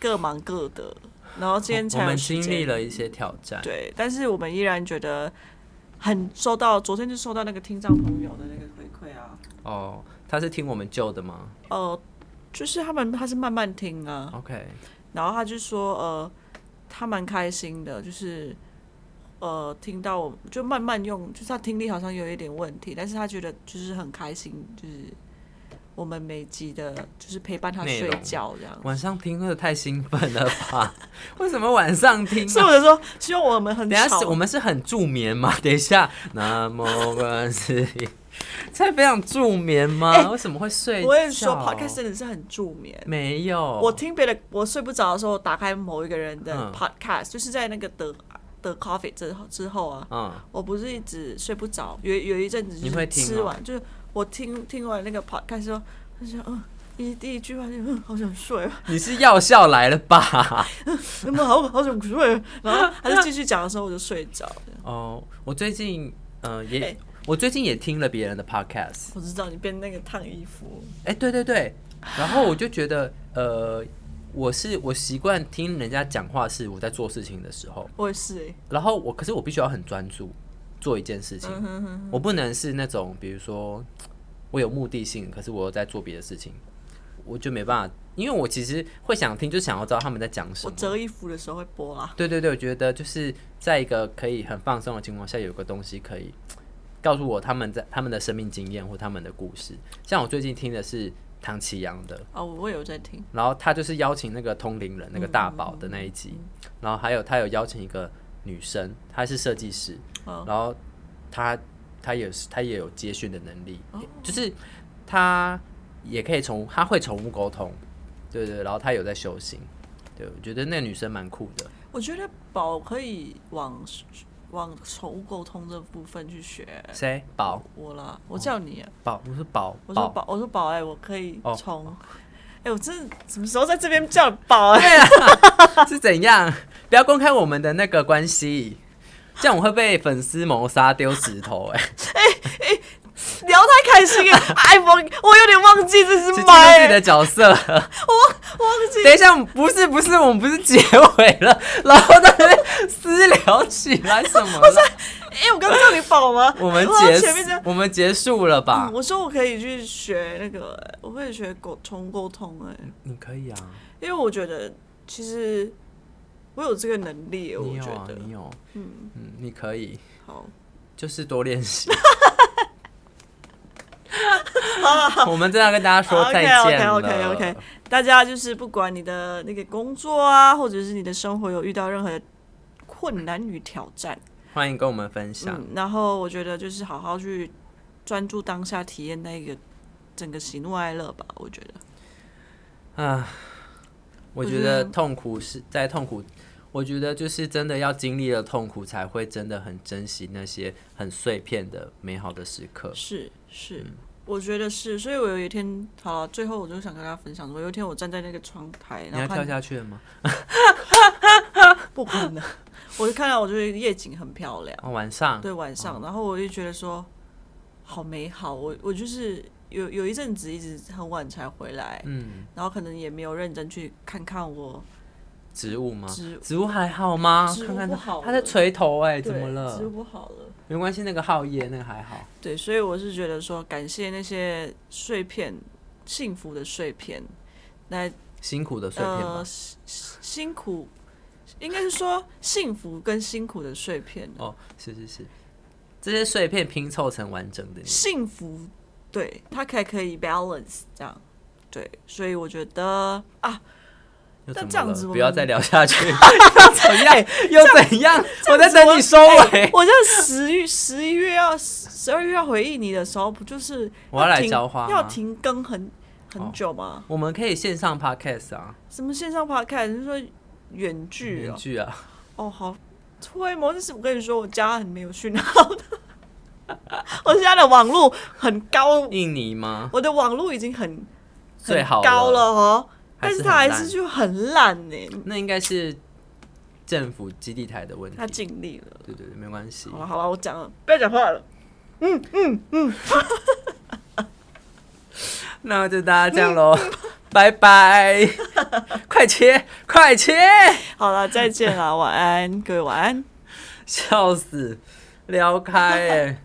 B: 各忙各的，然后今天
A: 我
B: 才有
A: 们
B: 时
A: 经
B: 间
A: 历了一些挑战，
B: 对，但是我们依然觉得很收到，昨天就收到那个听障朋友的那个回馈啊，
A: 哦，他是听我们旧的吗
B: 呃，就是他们他是慢慢听啊，
A: ？OK，
B: 然后他就说，呃，他蛮开心的，就是呃，听到我就慢慢用，就是他听力好像有一点问题，但是他觉得就是很开心，就是我们每集的，就是陪伴他
A: 内
B: 睡
A: 容
B: 觉这样。
A: 晚上听会太兴奋了吧？ (laughs) 为什么晚上听、
B: 所以
A: 啊？
B: 我就说，希望我们很
A: 等一下
B: 吵
A: 是，我们是很助眠吗？ (laughs) 等一下，那么关是，才非常助眠吗？
B: (laughs) 哎
A: 为什么会睡觉？
B: 我跟你说，podcast 真的是很助眠。
A: 没有，
B: 我听别的，我睡不着的时候，打开某一个人的
A: 哦嗯
B: podcast，、就是在那个的的 coffee 之后之后啊，
A: 嗯，
B: 我不是一直睡不着，有有一阵子
A: 你
B: 就
A: 会
B: 是
A: 听
B: 吃
A: 哦
B: 完，就是我听听完那个 podcast 之后，就觉得嗯，一第一句话就嗯，好想睡
A: (laughs)
B: 啊，
A: 你是药效来了
B: (laughs)
A: 吧？
B: 那么好好想
A: (laughs)
B: 睡啊，然后他就继续讲的时候我就睡着了。
A: 哦，我最近呃也、
B: 哎
A: 我最近也听了别人的 podcast，
B: 我知道你变那个烫衣服，
A: 哎、对对对，然后我就觉得呃，我是我习惯听人家讲话是我在做事情的时候，
B: 我也是哎、
A: 然后我可是我必须要很专注做一件事情，我不能是那种比如说我有目的性，可是我又在做别的事情，我就没办法，因为我其实会想听，就想要知道他们在讲什
B: 我
A: 么。
B: 折衣服的时候会啊播啦。
A: 对对对，我觉得就是在一个可以很放松的情况下，有个东西可以告诉我他们在他们的生命经验或他们的故事。像我最近听的是唐奇阳的，
B: 啊、我我有在听，
A: 然后他就是邀请那个通灵人那个大宝的那一集，
B: 嗯
A: 然后还有他有邀请一个女生，她是设计师，
B: 哦
A: 然后她她也是她也有接讯的能力，
B: 哦
A: 就是她也可以宠物，她会宠物沟通，对对，然后她有在修行，对我觉得那个女生蛮酷的。
B: 我觉得宝可以往往宠物沟通这部分去学。
A: 谁？宝
B: 我啦，我叫你、啊，
A: 宝，我是宝
B: 呃我说
A: 哦宝。
B: 宝，我说宝哎、我可以
A: 哦
B: 从，哎、我真的什么时候在这边叫宝哎、
A: 是怎样？不要公开我们的那个关系，这样我会被粉丝谋杀丢石头、
B: (laughs)
A: 哎，
B: 聊太开
A: (laughs)
B: 心了，iPhone，我有点忘记这
A: 这就
B: 是
A: 是自己
B: 麦、
A: 的角色。
B: 我忘记
A: 等一下，不是不是，我们不是结尾了， (laughs) 然后在那边私聊起来什么
B: (laughs)
A: 了？
B: 哎、我刚刚叫你宝吗？
A: (laughs) 我们
B: 好像前
A: 结
B: 面这样
A: 束，我们结束了吧
B: 嗯？我说我可以去学那个、我可以学沟宠物沟通哎、
A: 你可以啊，
B: 因为我觉得其实我有这个能力、
A: 你
B: 我
A: 有
B: 觉
A: 啊
B: 得，
A: 你有，嗯嗯，你可以，
B: 好，
A: 就是多练
B: (laughs)
A: 习。我们真的要跟大家说再见了。
B: OK OK OK OK，大家就是不管你的那个工作啊，或者是你的生活有遇到任何的困难与挑战，
A: 欢迎跟我们分享。
B: 嗯，然后我觉得就是好好去专注当下，体验那个整个喜怒哀乐吧。我觉得
A: 啊，我
B: 我
A: 觉
B: 觉
A: 得
B: 得
A: 痛苦是在痛苦，我觉得就是真的要经历了痛苦，才会真的很珍惜那些很碎片的美好的时刻。
B: 是是。我觉得是，所以我有一天，好了，最后我就想跟大家分享，我有一天我站在那个窗台，
A: 你
B: 然
A: 要跳
B: 后看
A: 下去了吗？
B: 不可 (laughs) 能，我就看到我觉得夜景很漂亮。
A: 哦，晚上
B: 对晚上，然后我就觉得说好美好，我我就是有有一阵子一直很晚才回来，
A: 嗯，
B: 然后可能也没有认真去看看我
A: 植物吗？
B: 植物
A: 植物还好吗？
B: 植物
A: 看看
B: 不
A: 它，
B: 好
A: 它在
B: 了
A: 垂头哎、
B: 对
A: 怎么
B: 植物
A: 了？
B: 不好了，
A: 没关系，那个浩叶那个还好。
B: 对，所以我是觉得说感谢那些碎片幸福的碎片，那
A: 辛苦的碎片吧
B: 呃，辛辛苦。应该是说幸福跟辛苦的碎片，
A: 哦，是是是，这些碎片拼凑成完整的你。
B: 幸福，对，它才可以 balance 这样，对，所以我觉得啊，
A: 又
B: 但
A: 怎么
B: 这样
A: 了
B: 子我
A: 不要
B: 们
A: 再聊
B: (laughs)
A: 下去， (laughs) 怎样又怎样？我在等你收尾。
B: 我这十月十一月要十二月要回应你的时候，不就是
A: 我要来
B: 停
A: 浇花吗哦
B: 要停更很很久吗？
A: 我们可以线上 podcast 啊，
B: 什么线上 podcast？你是说远距
A: 远
B: 哦？
A: 距啊，
B: 哦，好，会吗？但是我跟你说，我家很没有讯号的， (laughs) 我家的网络很高，
A: 印尼吗？
B: 我的网络已经很
A: 最好
B: 很高了哦，但是它还
A: 很
B: 是
A: 烂
B: 就很烂呢、
A: 那应该是政府基地台的问
B: 他
A: 题。
B: 尽力了。
A: 对对对，没关系
B: 好。了好啊了，我讲了，不要讲话了。
A: 那就大家这样喽， (laughs) 拜拜！ (laughs) 快切，快切！
B: 好了，再见啦，晚安，各位晚安。
A: 笑死，聊开哎、